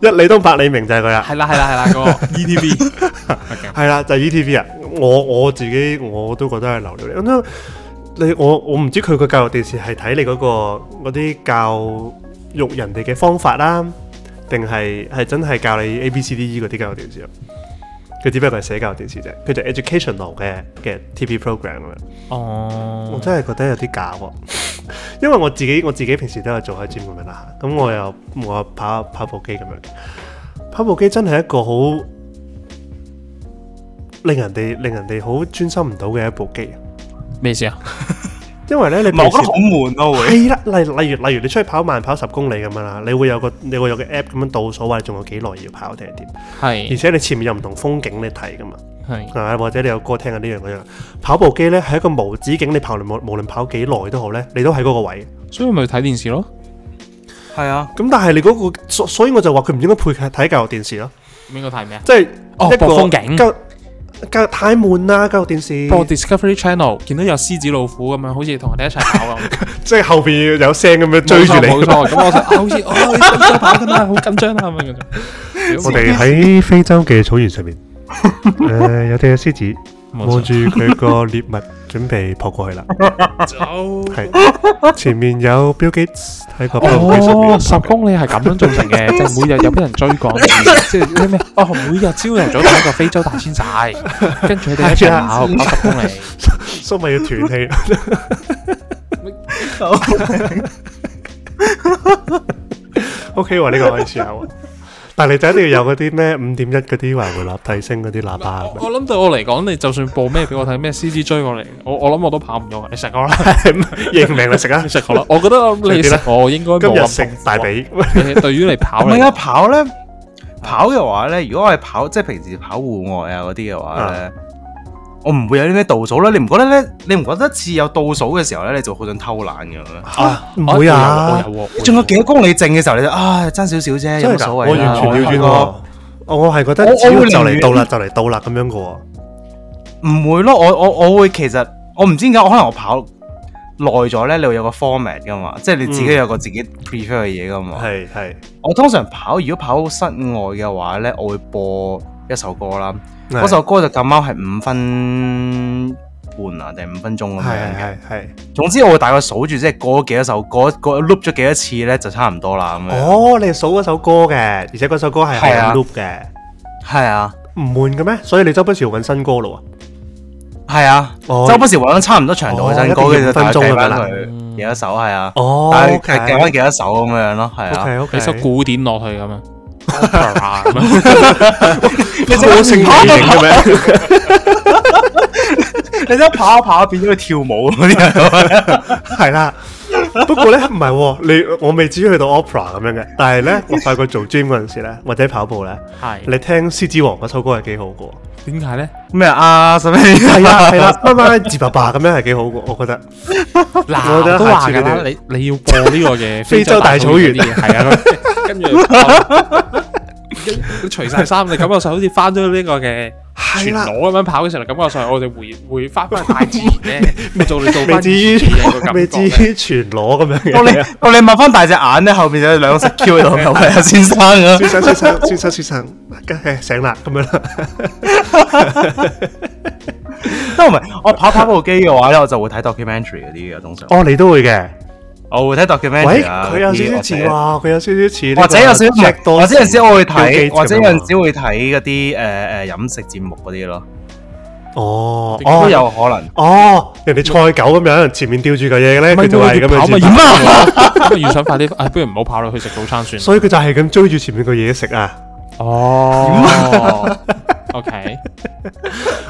[SPEAKER 2] 一理通百理明就係佢啦。
[SPEAKER 1] 係啦係啦係啦，嗰個 ETV
[SPEAKER 2] 係啦，就係 ETV 啊！我我自己我都覺得係流料嚟。咁你我我唔知佢個教育電視係睇你嗰、個嗰啲教育人哋嘅方法啦，定係係真係教你 A B C D E 嗰啲教育電視啊？佢只不過係社教育電視啫，佢就 educational 嘅嘅 TV program 咁樣。我
[SPEAKER 3] 嗯
[SPEAKER 1] 哦，
[SPEAKER 2] 真係覺得有啲假喎， 因為我自己我自己平時都有做開 gym 咁樣啦，咁我又我又跑跑步機咁樣嘅，跑步機真係一個好令人哋令人哋好專心唔到嘅一部機，
[SPEAKER 1] 咩事啊？
[SPEAKER 2] 因為咧你
[SPEAKER 3] 唔係我覺
[SPEAKER 2] 平
[SPEAKER 3] 得
[SPEAKER 2] 時
[SPEAKER 3] 好悶咯，會
[SPEAKER 2] 係啦，例例如例如你出去跑慢跑十公里咁樣啦，你會有個你會有個 app 咁樣倒數話你仲有幾耐要跑定係點，而
[SPEAKER 1] 係
[SPEAKER 2] 且你前面有唔同風景你睇噶嘛，
[SPEAKER 1] 係
[SPEAKER 2] 係咪？或者你有歌聽啊呢樣嗰樣，跑步機咧係一個無止境，你跑無無論跑幾耐都好咧，你都喺嗰個位。
[SPEAKER 1] 所以咪睇電視咯。
[SPEAKER 3] 係啊，
[SPEAKER 2] 咁但係你嗰、個，所所以我就話佢唔應該配睇教育電視咯，
[SPEAKER 1] 應該睇咩啊？
[SPEAKER 2] 即係
[SPEAKER 1] 哦
[SPEAKER 2] 一個
[SPEAKER 1] 播風景
[SPEAKER 2] 教教育太悶啦，教育電視。
[SPEAKER 1] 播 Discovery Channel 見到有獅子老虎咁樣，好似同人哋一齊跑咁，
[SPEAKER 2] 即係後邊有聲咁樣追住
[SPEAKER 1] 冇
[SPEAKER 2] 你。
[SPEAKER 1] 錯。冇錯咁我就啊好似哦，你哋都跑緊啦，好緊張啦咁樣嗰種。
[SPEAKER 2] 我哋喺非洲嘅草原上 面，誒有隻獅子
[SPEAKER 1] 冇錯
[SPEAKER 2] 望住佢個獵物，準備撲過去啦。
[SPEAKER 1] 走
[SPEAKER 2] 係前面有 Bill Gates 喺個 Bill Gates 上
[SPEAKER 1] 哦，
[SPEAKER 2] 面
[SPEAKER 1] 十公里係咁樣造成 嘅，即係每日有俾人追趕住，即係啲咩？哦，每日朝頭早睇個非洲大遷徙，跟住佢哋一齊跑跑十公里。
[SPEAKER 2] 粟米要斷氣。OK 喎，呢個可以試下喎。但係你就一定要有嗰啲咩五點一嗰啲環回立體聲嗰啲喇叭，
[SPEAKER 1] 我諗對我嚟講，你就算播咩俾我睇，咩獅子追過嚟，我我諗我都跑唔到嘅。你食我啦，
[SPEAKER 2] 認命你食啊！
[SPEAKER 1] 你食我啦。我覺得你食我應該
[SPEAKER 2] 今
[SPEAKER 1] 冇
[SPEAKER 2] 日
[SPEAKER 1] 咁
[SPEAKER 2] 食
[SPEAKER 1] 痛苦
[SPEAKER 2] 大。髀，
[SPEAKER 1] 你 對於你跑
[SPEAKER 3] 唔係
[SPEAKER 1] 嚟
[SPEAKER 3] 啊，跑咧跑嘅話咧，如果我係跑即係平時跑戶外啊嗰啲嘅話咧，我唔會有啲咩倒數啦。你唔覺得咧？你唔覺得似有倒數嘅時候咧，你就好想偷懶咁樣？
[SPEAKER 1] 啊，
[SPEAKER 2] 唔會啊
[SPEAKER 1] 我有喎我有喎
[SPEAKER 3] 你仲有幾多公里剩嘅時候，你就唉爭少少啫，有
[SPEAKER 2] 真係
[SPEAKER 3] 乜
[SPEAKER 2] 㗎，
[SPEAKER 3] 所
[SPEAKER 2] 我
[SPEAKER 3] 謂啊啦
[SPEAKER 2] 完全調轉
[SPEAKER 3] 我
[SPEAKER 2] 喎。我我係覺
[SPEAKER 3] 我
[SPEAKER 2] 得
[SPEAKER 3] 我
[SPEAKER 2] 只要
[SPEAKER 3] 會
[SPEAKER 2] 就
[SPEAKER 3] 寧願
[SPEAKER 2] 嚟到啦，就嚟到啦咁樣嘅喎。
[SPEAKER 3] 唔會咯，我我我會其實我唔知點解，我可能我跑耐咗咧，你會有個 format 噶嘛，即係你自己
[SPEAKER 2] 嗯
[SPEAKER 3] 有個自己 prefer 嘅嘢噶嘛。
[SPEAKER 2] 係係，
[SPEAKER 3] 我通常跑，如果跑室外嘅話咧，我會播一首歌啦。嗰
[SPEAKER 2] 係
[SPEAKER 3] 首歌就咁啱係五分半啊，定係五分鐘咁
[SPEAKER 2] 係
[SPEAKER 3] 樣嘅。
[SPEAKER 2] 係係。
[SPEAKER 3] 總之我會大概數住，即係過咗幾多首歌，過 loop 咗幾多次咧，就差唔多啦咁樣。
[SPEAKER 2] 哦，你係數嗰首歌嘅，而且嗰首歌係
[SPEAKER 3] 嗯係啊
[SPEAKER 2] 係 loop 嘅，
[SPEAKER 3] 係啊，
[SPEAKER 2] 唔悶嘅咩？所以你周不時要揾新歌咯
[SPEAKER 3] 係啊，
[SPEAKER 2] 哦
[SPEAKER 3] 周不時揾咗差唔多長度嘅新歌，
[SPEAKER 2] 哦一定
[SPEAKER 3] 跟住
[SPEAKER 2] 要
[SPEAKER 3] 就大概
[SPEAKER 2] 五分鐘
[SPEAKER 3] 計
[SPEAKER 2] 咁樣
[SPEAKER 3] 翻
[SPEAKER 2] 啦
[SPEAKER 3] 佢幾多首係啊
[SPEAKER 2] 喎。。哦
[SPEAKER 3] 但係計計翻幾多首咁樣咯，係啊。
[SPEAKER 2] OK，
[SPEAKER 1] 俾首
[SPEAKER 2] OK，
[SPEAKER 1] 古典落去 咁啊 opera 咁樣。
[SPEAKER 3] 你即
[SPEAKER 2] 好性電影嘅咩？
[SPEAKER 3] 你即跑一跑變咗去跳舞嗰啲啊人，
[SPEAKER 2] 係啦。不過咧唔係喎，你我未至於去到 opera 咁樣嘅，但係 咧我發覺做 gym 嗰陣時咧，或者跑步咧，
[SPEAKER 1] 係
[SPEAKER 2] 你聽獅子王嗰首歌係幾好嘅喎。
[SPEAKER 1] 點解咧？
[SPEAKER 3] 咩啊？使咩？
[SPEAKER 2] 係啊係啦，慢慢自白白咁樣係幾好嘅，我覺得。我覺
[SPEAKER 1] 嗱，
[SPEAKER 2] 得
[SPEAKER 1] 我都話
[SPEAKER 2] 下次
[SPEAKER 1] 㗎啦，
[SPEAKER 2] 呢段
[SPEAKER 1] 你你要播呢個嘅
[SPEAKER 2] 非洲大草原
[SPEAKER 1] 非洲大草原嗰啲嘢，係啊，跟住哦跟住除晒衫，你感覺上好似翻咗呢個嘅全
[SPEAKER 2] 係啦
[SPEAKER 1] 裸咁樣跑嘅時候，感覺上我哋回回翻翻大自然咧，未做你做
[SPEAKER 2] 未
[SPEAKER 1] 翻
[SPEAKER 2] 至於
[SPEAKER 1] 嘅感
[SPEAKER 2] 未
[SPEAKER 1] 覺
[SPEAKER 2] 至
[SPEAKER 1] 呢。
[SPEAKER 2] 於全裸咁樣
[SPEAKER 3] 到你
[SPEAKER 2] 嘅。
[SPEAKER 3] 到你擘翻大隻眼咧，後面就有兩隻 Q 喺 度，有位阿先生啊。
[SPEAKER 2] 先生先生先生先生，誒醒啦咁樣啦。
[SPEAKER 3] 都唔係，我跑跑步機嘅話咧，我就會睇 documentary 嗰啲嘅，通常
[SPEAKER 2] 哦，你都會嘅。
[SPEAKER 3] 我會睇 documentary
[SPEAKER 2] 喂，
[SPEAKER 3] 啊。
[SPEAKER 2] 佢有少少似
[SPEAKER 3] 啊，
[SPEAKER 2] 喎，佢有少少似呢個
[SPEAKER 3] 或者有少少唔
[SPEAKER 2] Jack
[SPEAKER 3] 係，
[SPEAKER 2] Dawson
[SPEAKER 3] 或者有陣時我會
[SPEAKER 2] Bill Gates
[SPEAKER 3] 睇，或者有
[SPEAKER 2] 咁樣
[SPEAKER 3] 陣時會睇嗰啲誒誒飲食節目嗰啲咯，
[SPEAKER 2] 哦，
[SPEAKER 3] 都
[SPEAKER 2] 哦，
[SPEAKER 3] 有可能。
[SPEAKER 2] 哦，人哋賽狗咁樣，前面吊住嚿嘢嘅咧，佢就係咁樣
[SPEAKER 1] 咪
[SPEAKER 2] 接
[SPEAKER 1] 點啊？咁啊，越想快啲，唉，不如唔好跑啦，去食早餐算啦。
[SPEAKER 2] 所以佢就係咁追住前面個嘢食啊。
[SPEAKER 1] 哦，OK，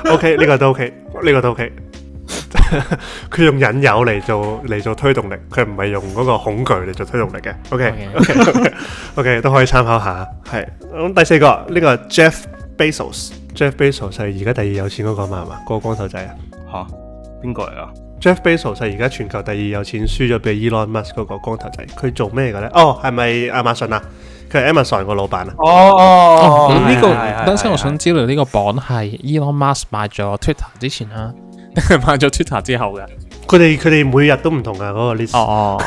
[SPEAKER 2] OK，呢個都 OK，呢個都 OK。佢用引誘嚟做嚟做推動力，佢唔係用嗰個恐懼嚟做推動力嘅。OK，OK，OK 都可以參考下。係咁第四個呢個 Jeff Bezos，Jeff Bezos 係而家第二有錢嗰個嘛係嘛？嗰個光頭仔啊。
[SPEAKER 3] 嚇，邊個嚟啊？
[SPEAKER 2] Jeff Bezos 係而家全球第二有錢，輸咗俾 Elon Musk 嗰個光頭仔。佢做咩嘅咧？哦，係咪亞馬遜啊？佢係 Amazon 個老闆啊？
[SPEAKER 3] 哦哦
[SPEAKER 1] 哦，呢個
[SPEAKER 3] 係係係
[SPEAKER 1] 等先，我
[SPEAKER 3] 係
[SPEAKER 1] 想知道呢個榜係 Elon Musk 買咗 Twitter 之前啦， 定係買咗 Twitter 之後嘅？
[SPEAKER 2] 佢哋佢哋每日都唔同啊，嗰、個 list
[SPEAKER 1] 哦哦。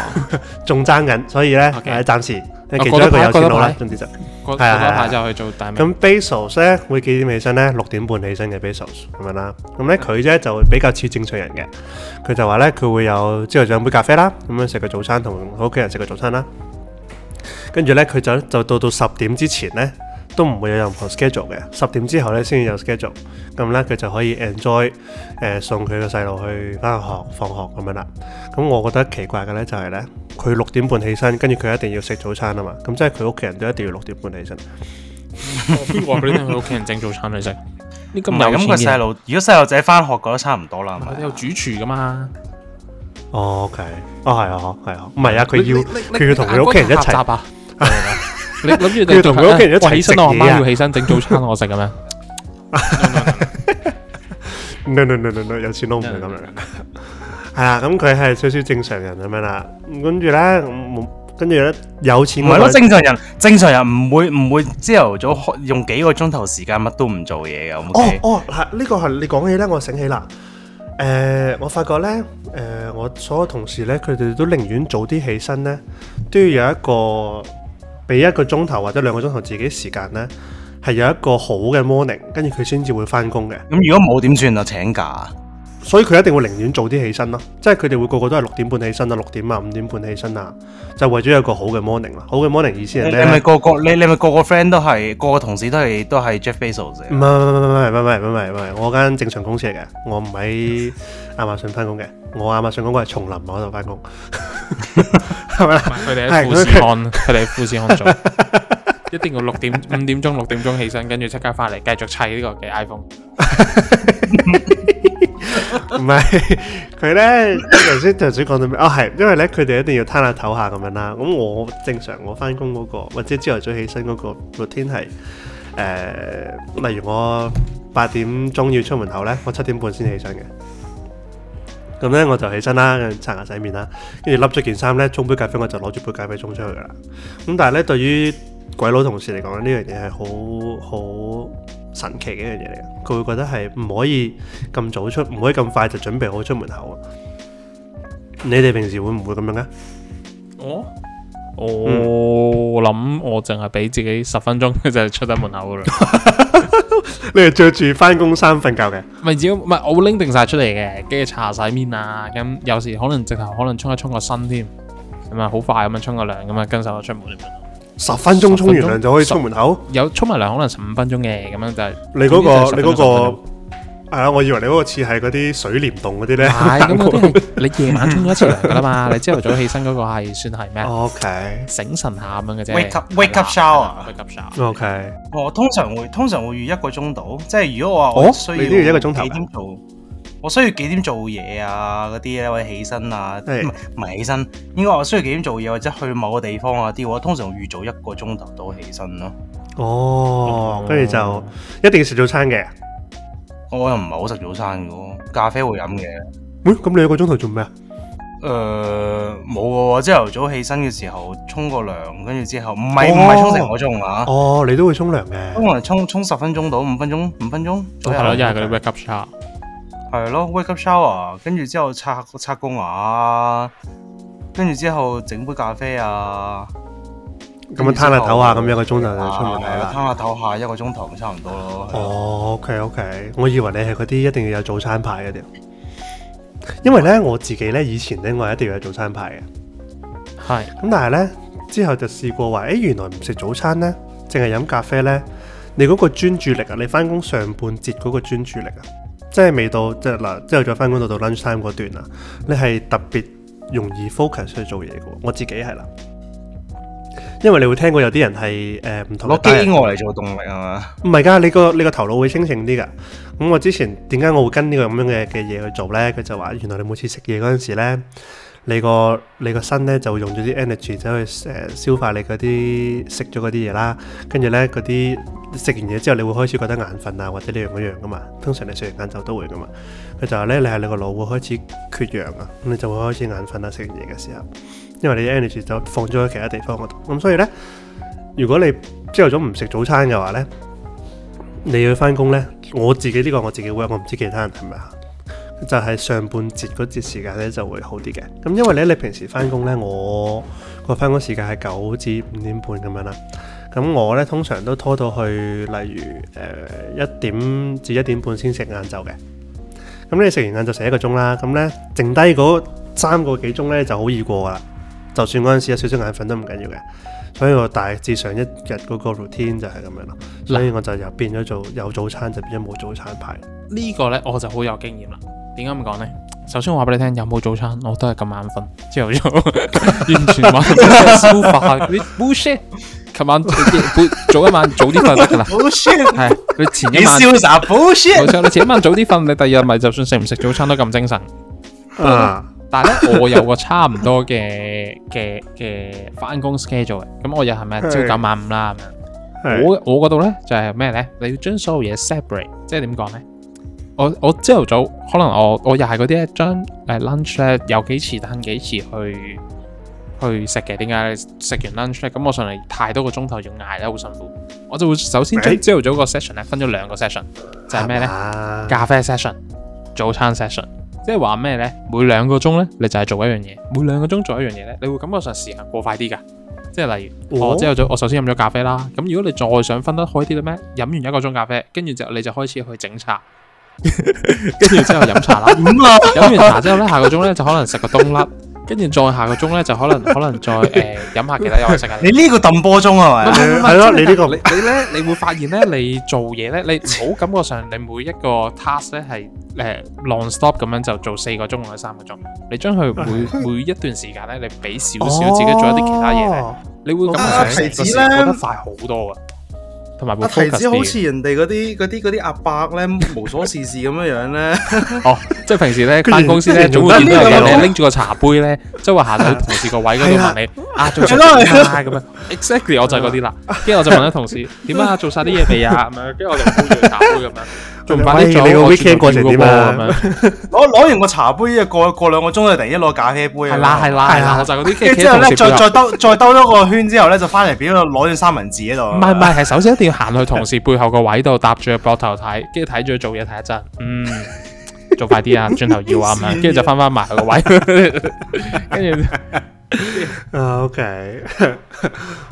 [SPEAKER 2] 仲爭緊，所以咧
[SPEAKER 1] OK
[SPEAKER 2] 誒暫時其中一個有錢佬啦，總之就
[SPEAKER 1] 嗰
[SPEAKER 2] 係啊
[SPEAKER 1] 嗰
[SPEAKER 2] 係啊
[SPEAKER 1] 排就去做大明。
[SPEAKER 2] 咁 Bezos 咧會幾點起身咧？六點半起身嘅 Bezos 咁樣啦。咁咧佢咧就比較似正常人嘅，佢就話咧佢會有朝頭早飲杯咖啡啦，咁樣食個早餐同屋企人食個早餐啦。跟住咧佢就就到到十點之前咧都唔會有任何 schedule 嘅，十點之後咧先至有 schedule。咁咧佢就可以 enjoy 誒、送佢個細路去翻學放學咁樣啦。咁我覺得奇怪嘅咧就係咧，佢六點半起身，跟住佢一定要食早餐啊嘛。咁即係佢屋企人都一定要六點半起身。
[SPEAKER 1] 邊個話俾你聽佢屋企人整早餐你食？呢
[SPEAKER 3] 唔
[SPEAKER 1] 咁
[SPEAKER 3] 係
[SPEAKER 1] 有
[SPEAKER 3] 咁個
[SPEAKER 1] 錢
[SPEAKER 3] 細
[SPEAKER 1] 嘅，
[SPEAKER 3] 路，如果細路仔翻學覺得差唔多啦，係咪
[SPEAKER 1] 佢有主廚噶嘛？
[SPEAKER 2] 哦，OK，哦係啊，係啊，唔係啊，佢要
[SPEAKER 1] 你你
[SPEAKER 2] 佢要同佢屋企人
[SPEAKER 1] 你眼
[SPEAKER 2] 一齊
[SPEAKER 1] 光太狹窄啊！ 你諗住
[SPEAKER 2] 佢
[SPEAKER 1] 你
[SPEAKER 2] 要同佢屋企人一齊
[SPEAKER 1] 喂起身啦，我
[SPEAKER 2] 食嘢啊
[SPEAKER 1] 媽要起身整早餐我食咁樣。
[SPEAKER 2] no no no no no，有錢佬唔係咁樣。係啦，咁佢係少少正常人咁樣啦。咁跟住咧，咁跟住咧有錢
[SPEAKER 3] 唔係咯，
[SPEAKER 2] 嗰個
[SPEAKER 3] 正常人正常人唔會唔會朝頭早開用幾個鐘頭時間乜都唔做嘢嘅。O
[SPEAKER 2] 哦
[SPEAKER 3] K，
[SPEAKER 2] 哦，係呢個係你講起咧，我醒起啦。誒、我發覺咧，誒、我所有同事咧，佢哋都寧願早啲起身咧，都要有一個俾一個鐘頭或者兩個鐘頭自己時間咧，係有一個好嘅 morning，跟住佢先至會翻工嘅。
[SPEAKER 3] 咁如果冇點算啊？請假
[SPEAKER 2] 所以佢一定會寧願早啲起身咯，即係佢哋會個個都係六點半起身啊，六點啊，五點半起身啊，就為咗有個好嘅 morning 啦。好嘅 morning 意思
[SPEAKER 3] 你
[SPEAKER 2] 係
[SPEAKER 3] 你
[SPEAKER 2] 咩
[SPEAKER 3] 咪
[SPEAKER 2] 咧？
[SPEAKER 3] 個個你你咪個個 friend 都係個個同事都係都係 Jeff Bezos
[SPEAKER 2] 唔
[SPEAKER 3] 嘅。
[SPEAKER 2] 係唔係唔係唔係唔係唔係唔係，我間正常公司嚟嘅，我唔喺亞馬遜翻工嘅，我亞馬遜嗰個係叢林嗰度翻工，係咪啦？
[SPEAKER 1] 佢哋喺
[SPEAKER 2] 係
[SPEAKER 1] 富士康，佢哋喺富士康 做，一定要六點五點鐘六點鐘起身，跟住即刻翻嚟繼續砌呢個嘅 iPhone。
[SPEAKER 2] 唔係佢咧，頭先頭先講到咩？哦，係因為咧，佢哋一定要攤下唞下咁樣啦。咁我正常我翻工嗰個，或者朝頭早起身嗰個 routine 係誒，例如我八點鐘要出門口咧，我七點半先起身嘅。咁咧我就起身啦，刷牙洗面啦，跟住笠咗件衫咧，沖杯咖啡我就攞住杯咖啡沖出去噶啦。咁但係咧，對於鬼佬同事嚟講咧，呢樣嘢係好好神奇嘅一樣嘢嚟嘅。佢會覺得係唔可以咁早出，唔可以咁快就準備好出門口啊。你哋平時會唔會咁樣啊嘅？
[SPEAKER 1] 我哦嗯我諗我淨係俾自己十分鐘就出得門口噶啦。
[SPEAKER 2] 你係着住翻工衫瞓覺嘅？
[SPEAKER 1] 咪只要唔係我會拎定晒出嚟嘅，跟住搽晒面啊，咁有時可能直頭可能沖一沖個身添，咁啊好快咁樣沖個涼咁啊，跟手就出門。
[SPEAKER 2] 十分鐘沖完涼就可以出門口？
[SPEAKER 1] 有沖埋涼可能十五分鐘嘅，咁樣就係
[SPEAKER 2] 你嗰、
[SPEAKER 1] 總之就係
[SPEAKER 2] 個
[SPEAKER 1] 十
[SPEAKER 2] 你
[SPEAKER 1] 分鐘
[SPEAKER 2] 嗰、個係啊，我以為你嗰個似係嗰啲水簾洞嗰啲咧。
[SPEAKER 1] 係咁嗰啲係你夜晚沖咗一次涼噶啦嘛， 你朝頭早起身嗰個係算係咩啊？
[SPEAKER 2] O K
[SPEAKER 1] 醒神下咁樣嘅啫。
[SPEAKER 3] Wake up- wake up shower
[SPEAKER 1] wake up shower。
[SPEAKER 2] O K，
[SPEAKER 3] 我哦通常會通常會預一個鐘度，即係如果我話
[SPEAKER 2] 哦
[SPEAKER 3] 我需要
[SPEAKER 2] 你都要一個鐘頭㗎
[SPEAKER 3] 幾點做，我需要幾點做嘢啊嗰啲咧，或者起身啊，唔
[SPEAKER 2] 係
[SPEAKER 3] 係唔係起身，應該話我需要幾點做嘢或者去某個地方啊啲，我通常預早一個鐘頭到起身咯。
[SPEAKER 2] 哦，跟住就一定要食早餐嘅。
[SPEAKER 3] 我又唔係好食早餐嘅喎，咖啡會飲嘅。
[SPEAKER 2] 喂，咁你一個鐘頭做咩啊？
[SPEAKER 3] 誒呃冇喎，朝頭早起身嘅時候沖個涼，跟住之後唔
[SPEAKER 2] 哦
[SPEAKER 3] 係唔係沖成個鐘啊，
[SPEAKER 2] 哦，你都會沖涼嘅。
[SPEAKER 3] 通常沖沖十分鐘到五分鐘，五分鐘左右
[SPEAKER 1] 係咯，一係嗰啲 wake up shower。
[SPEAKER 3] 係咯，wake up shower，跟住之後刷刷公牙啊，跟住之後整杯咖啡啊，
[SPEAKER 2] 咁樣攤下唞下，咁一個鐘頭就出門口
[SPEAKER 3] 啊
[SPEAKER 2] 啦
[SPEAKER 3] 攤。下唞下一個鐘頭咁差唔多咯。係啊
[SPEAKER 2] 哦，OK OK，我以為你係嗰啲一定要有早餐牌嗰啲，因為咧我自己咧以前咧我係一定要有早餐牌嘅，
[SPEAKER 1] 係
[SPEAKER 2] 咁但係咧之後就試過話，誒、原來唔食早餐咧，淨係飲咖啡咧，你嗰個專注力啊，你翻工上半節嗰個專注力啊，即係未到即係嗱，之後再翻工到到 lunch time 嗰段啊，你係特別容易 focus 去做嘢嘅喎，我自己係啦，因為你會聽過有啲人係誒唔同嘅
[SPEAKER 3] 攞
[SPEAKER 2] diet
[SPEAKER 3] 飢餓嚟做動力係嘛？
[SPEAKER 2] 唔係㗎，你個你個頭腦會清醒啲㗎。咁我之前點解我會跟呢個咁樣嘅嘅嘢去做呢？佢就話原來你每次食嘢嗰陣時咧，你個你個身咧就會用咗啲 energy 走去誒、呃消化你嗰啲食咗嗰啲嘢啦。跟住呢，嗰啲食完嘢之後，你會開始覺得眼瞓啊，或者呢樣嗰樣㗎嘛。通常你食完晏晝都會㗎嘛。佢就話呢，你係你個腦會開始缺氧啊，咁你就會開始眼瞓啊。食完嘢嘅時候，因為你啲 energy 就放咗喺其他地方嗰度。咁所以呢，如果你朝頭早唔食早餐嘅話呢。你要翻工呢，我自己呢個我自己 work，我唔知其他人係咪啊？就係上半節嗰節時間呢就會好啲嘅。咁因為呢，你平時翻工呢，我個翻工時間係九至五點半咁樣啦。咁我呢，通常都拖到去例如誒一點至一點半先食晏晝嘅。咁你食完晏晝食一個鐘啦，咁呢，剩低嗰三個幾鐘呢就好易過噶啦。就算嗰陣時有少少眼瞓都唔緊要嘅。所以我大致上一日嗰個 routine 就係咁樣啦。所以我就又變咗做有早餐就變咗冇早餐牌。
[SPEAKER 1] 呢個呢，我就好有經驗啦。點解咁講呢？首先我話俾你聽，有冇早餐我都係咁眼瞓，朝頭早完全冇消化啲 bullshit。琴晚早啲早一晚早啲瞓得噶啦，
[SPEAKER 3] Oh
[SPEAKER 4] bullshit，
[SPEAKER 1] 係你前
[SPEAKER 4] 你
[SPEAKER 1] 一晚
[SPEAKER 4] 瀟灑 bullshit，
[SPEAKER 1] 冇錯，你前一晚早啲瞓，你第二日咪就算食唔食早餐都咁精神。
[SPEAKER 2] 啊，
[SPEAKER 1] 但係咧，我有個差唔多嘅嘅嘅翻工 schedule 嘅，咁我又係咪朝
[SPEAKER 2] 係
[SPEAKER 1] 九晚五啦咁樣？
[SPEAKER 2] 係
[SPEAKER 1] 我我嗰度咧就係咩咧？你要將所有嘢 separate，即係點講咧？我我朝頭早可能我我又係嗰啲咧，將誒 lunch 咧有幾次等幾次去去食嘅。點解呢食完 lunch 咧，咁我上嚟太多個鐘頭要捱咧，好辛苦。我就會首先將
[SPEAKER 2] 誒
[SPEAKER 1] 朝頭早個 session 咧分咗兩個 session，就係咩咧？
[SPEAKER 2] 啊
[SPEAKER 1] 咖啡 session、早餐 session，即係話咩呢？每兩個鐘呢，你就係做一樣嘢；每兩個鐘做一樣嘢呢，你會感覺上時間過快啲㗎。即係例如，
[SPEAKER 2] 哦
[SPEAKER 1] 我朝頭早我首先飲咗咖啡啦，咁如果你再想分得開啲咧咩？飲完一個鐘咖啡，跟住就你就開始去整茶，跟住之後飲茶啦。
[SPEAKER 4] 咁啊，
[SPEAKER 1] 飲完茶之後呢，下個鐘呢就可能食個冬甩，跟住再下個鐘呢就可能可能再誒飲下其他嘢食下。
[SPEAKER 4] 你呢個揼波鐘係
[SPEAKER 1] 啊
[SPEAKER 4] 咪？
[SPEAKER 2] 係係咯，你呢個
[SPEAKER 1] 你咧，你會發現咧，你做嘢咧，你唔好感覺上你每一個 task 咧係誒 non stop 咁樣就做四個鐘或者三個鐘，你將 佢每每一段時間咧，你俾少少自己做一啲其他嘢咧，
[SPEAKER 2] 哦
[SPEAKER 1] 你會感
[SPEAKER 3] 哦啊
[SPEAKER 1] 覺上
[SPEAKER 3] 提
[SPEAKER 1] 成個
[SPEAKER 3] 子
[SPEAKER 1] 時
[SPEAKER 3] 呢
[SPEAKER 1] 過得快好多啊，同埋會
[SPEAKER 3] 阿提
[SPEAKER 1] focus
[SPEAKER 3] 子好
[SPEAKER 1] 啲啊
[SPEAKER 3] 似人哋嗰啲嗰啲嗰啲阿伯咧，無所事事咁樣樣 咧。
[SPEAKER 1] 嘅。哦，即係平時咧
[SPEAKER 2] 跟住
[SPEAKER 1] 翻公司咧，
[SPEAKER 2] 跟
[SPEAKER 1] 總
[SPEAKER 2] 住
[SPEAKER 1] 會見到有
[SPEAKER 3] 呢個
[SPEAKER 1] 人
[SPEAKER 3] 我
[SPEAKER 1] 拎住個茶杯咧，周圍行到同事個位嗰度
[SPEAKER 2] 係啊
[SPEAKER 1] 問你啊，做晒
[SPEAKER 3] 係咯
[SPEAKER 1] 啲嘢啦咁樣。Exactly，我就係嗰啲啦。跟住我就問咗同事點 啊，做晒啲嘢未啊？咁樣，跟住我就杯住個茶杯咁樣。仲快啲做
[SPEAKER 2] 喂你個
[SPEAKER 1] 我
[SPEAKER 2] weekend 過程點啊
[SPEAKER 1] 咁樣
[SPEAKER 3] 攞攞完個茶杯啊，過過兩個鐘就突然間攞咖啡杯啊咁樣。
[SPEAKER 1] 係啦係啦係
[SPEAKER 2] 係啊
[SPEAKER 1] 啦，
[SPEAKER 2] 啦
[SPEAKER 1] 我就係嗰啲
[SPEAKER 3] 跟
[SPEAKER 1] 跟
[SPEAKER 3] 住
[SPEAKER 1] 住
[SPEAKER 3] 之後
[SPEAKER 1] 同
[SPEAKER 3] 咧，
[SPEAKER 1] 事
[SPEAKER 3] 再
[SPEAKER 1] 配合
[SPEAKER 3] 再兜 再兜多個圈之後咧，就翻嚟表度攞咗三文治喺度。
[SPEAKER 1] 唔係唔係，係首先一定要行去同事背後個位度，搭住個膊頭睇，跟住睇住佢做嘢睇一陣，嗯，做快啲啊，轉頭要啊咁樣，跟住就翻翻埋佢個位，跟住
[SPEAKER 2] 啊，OK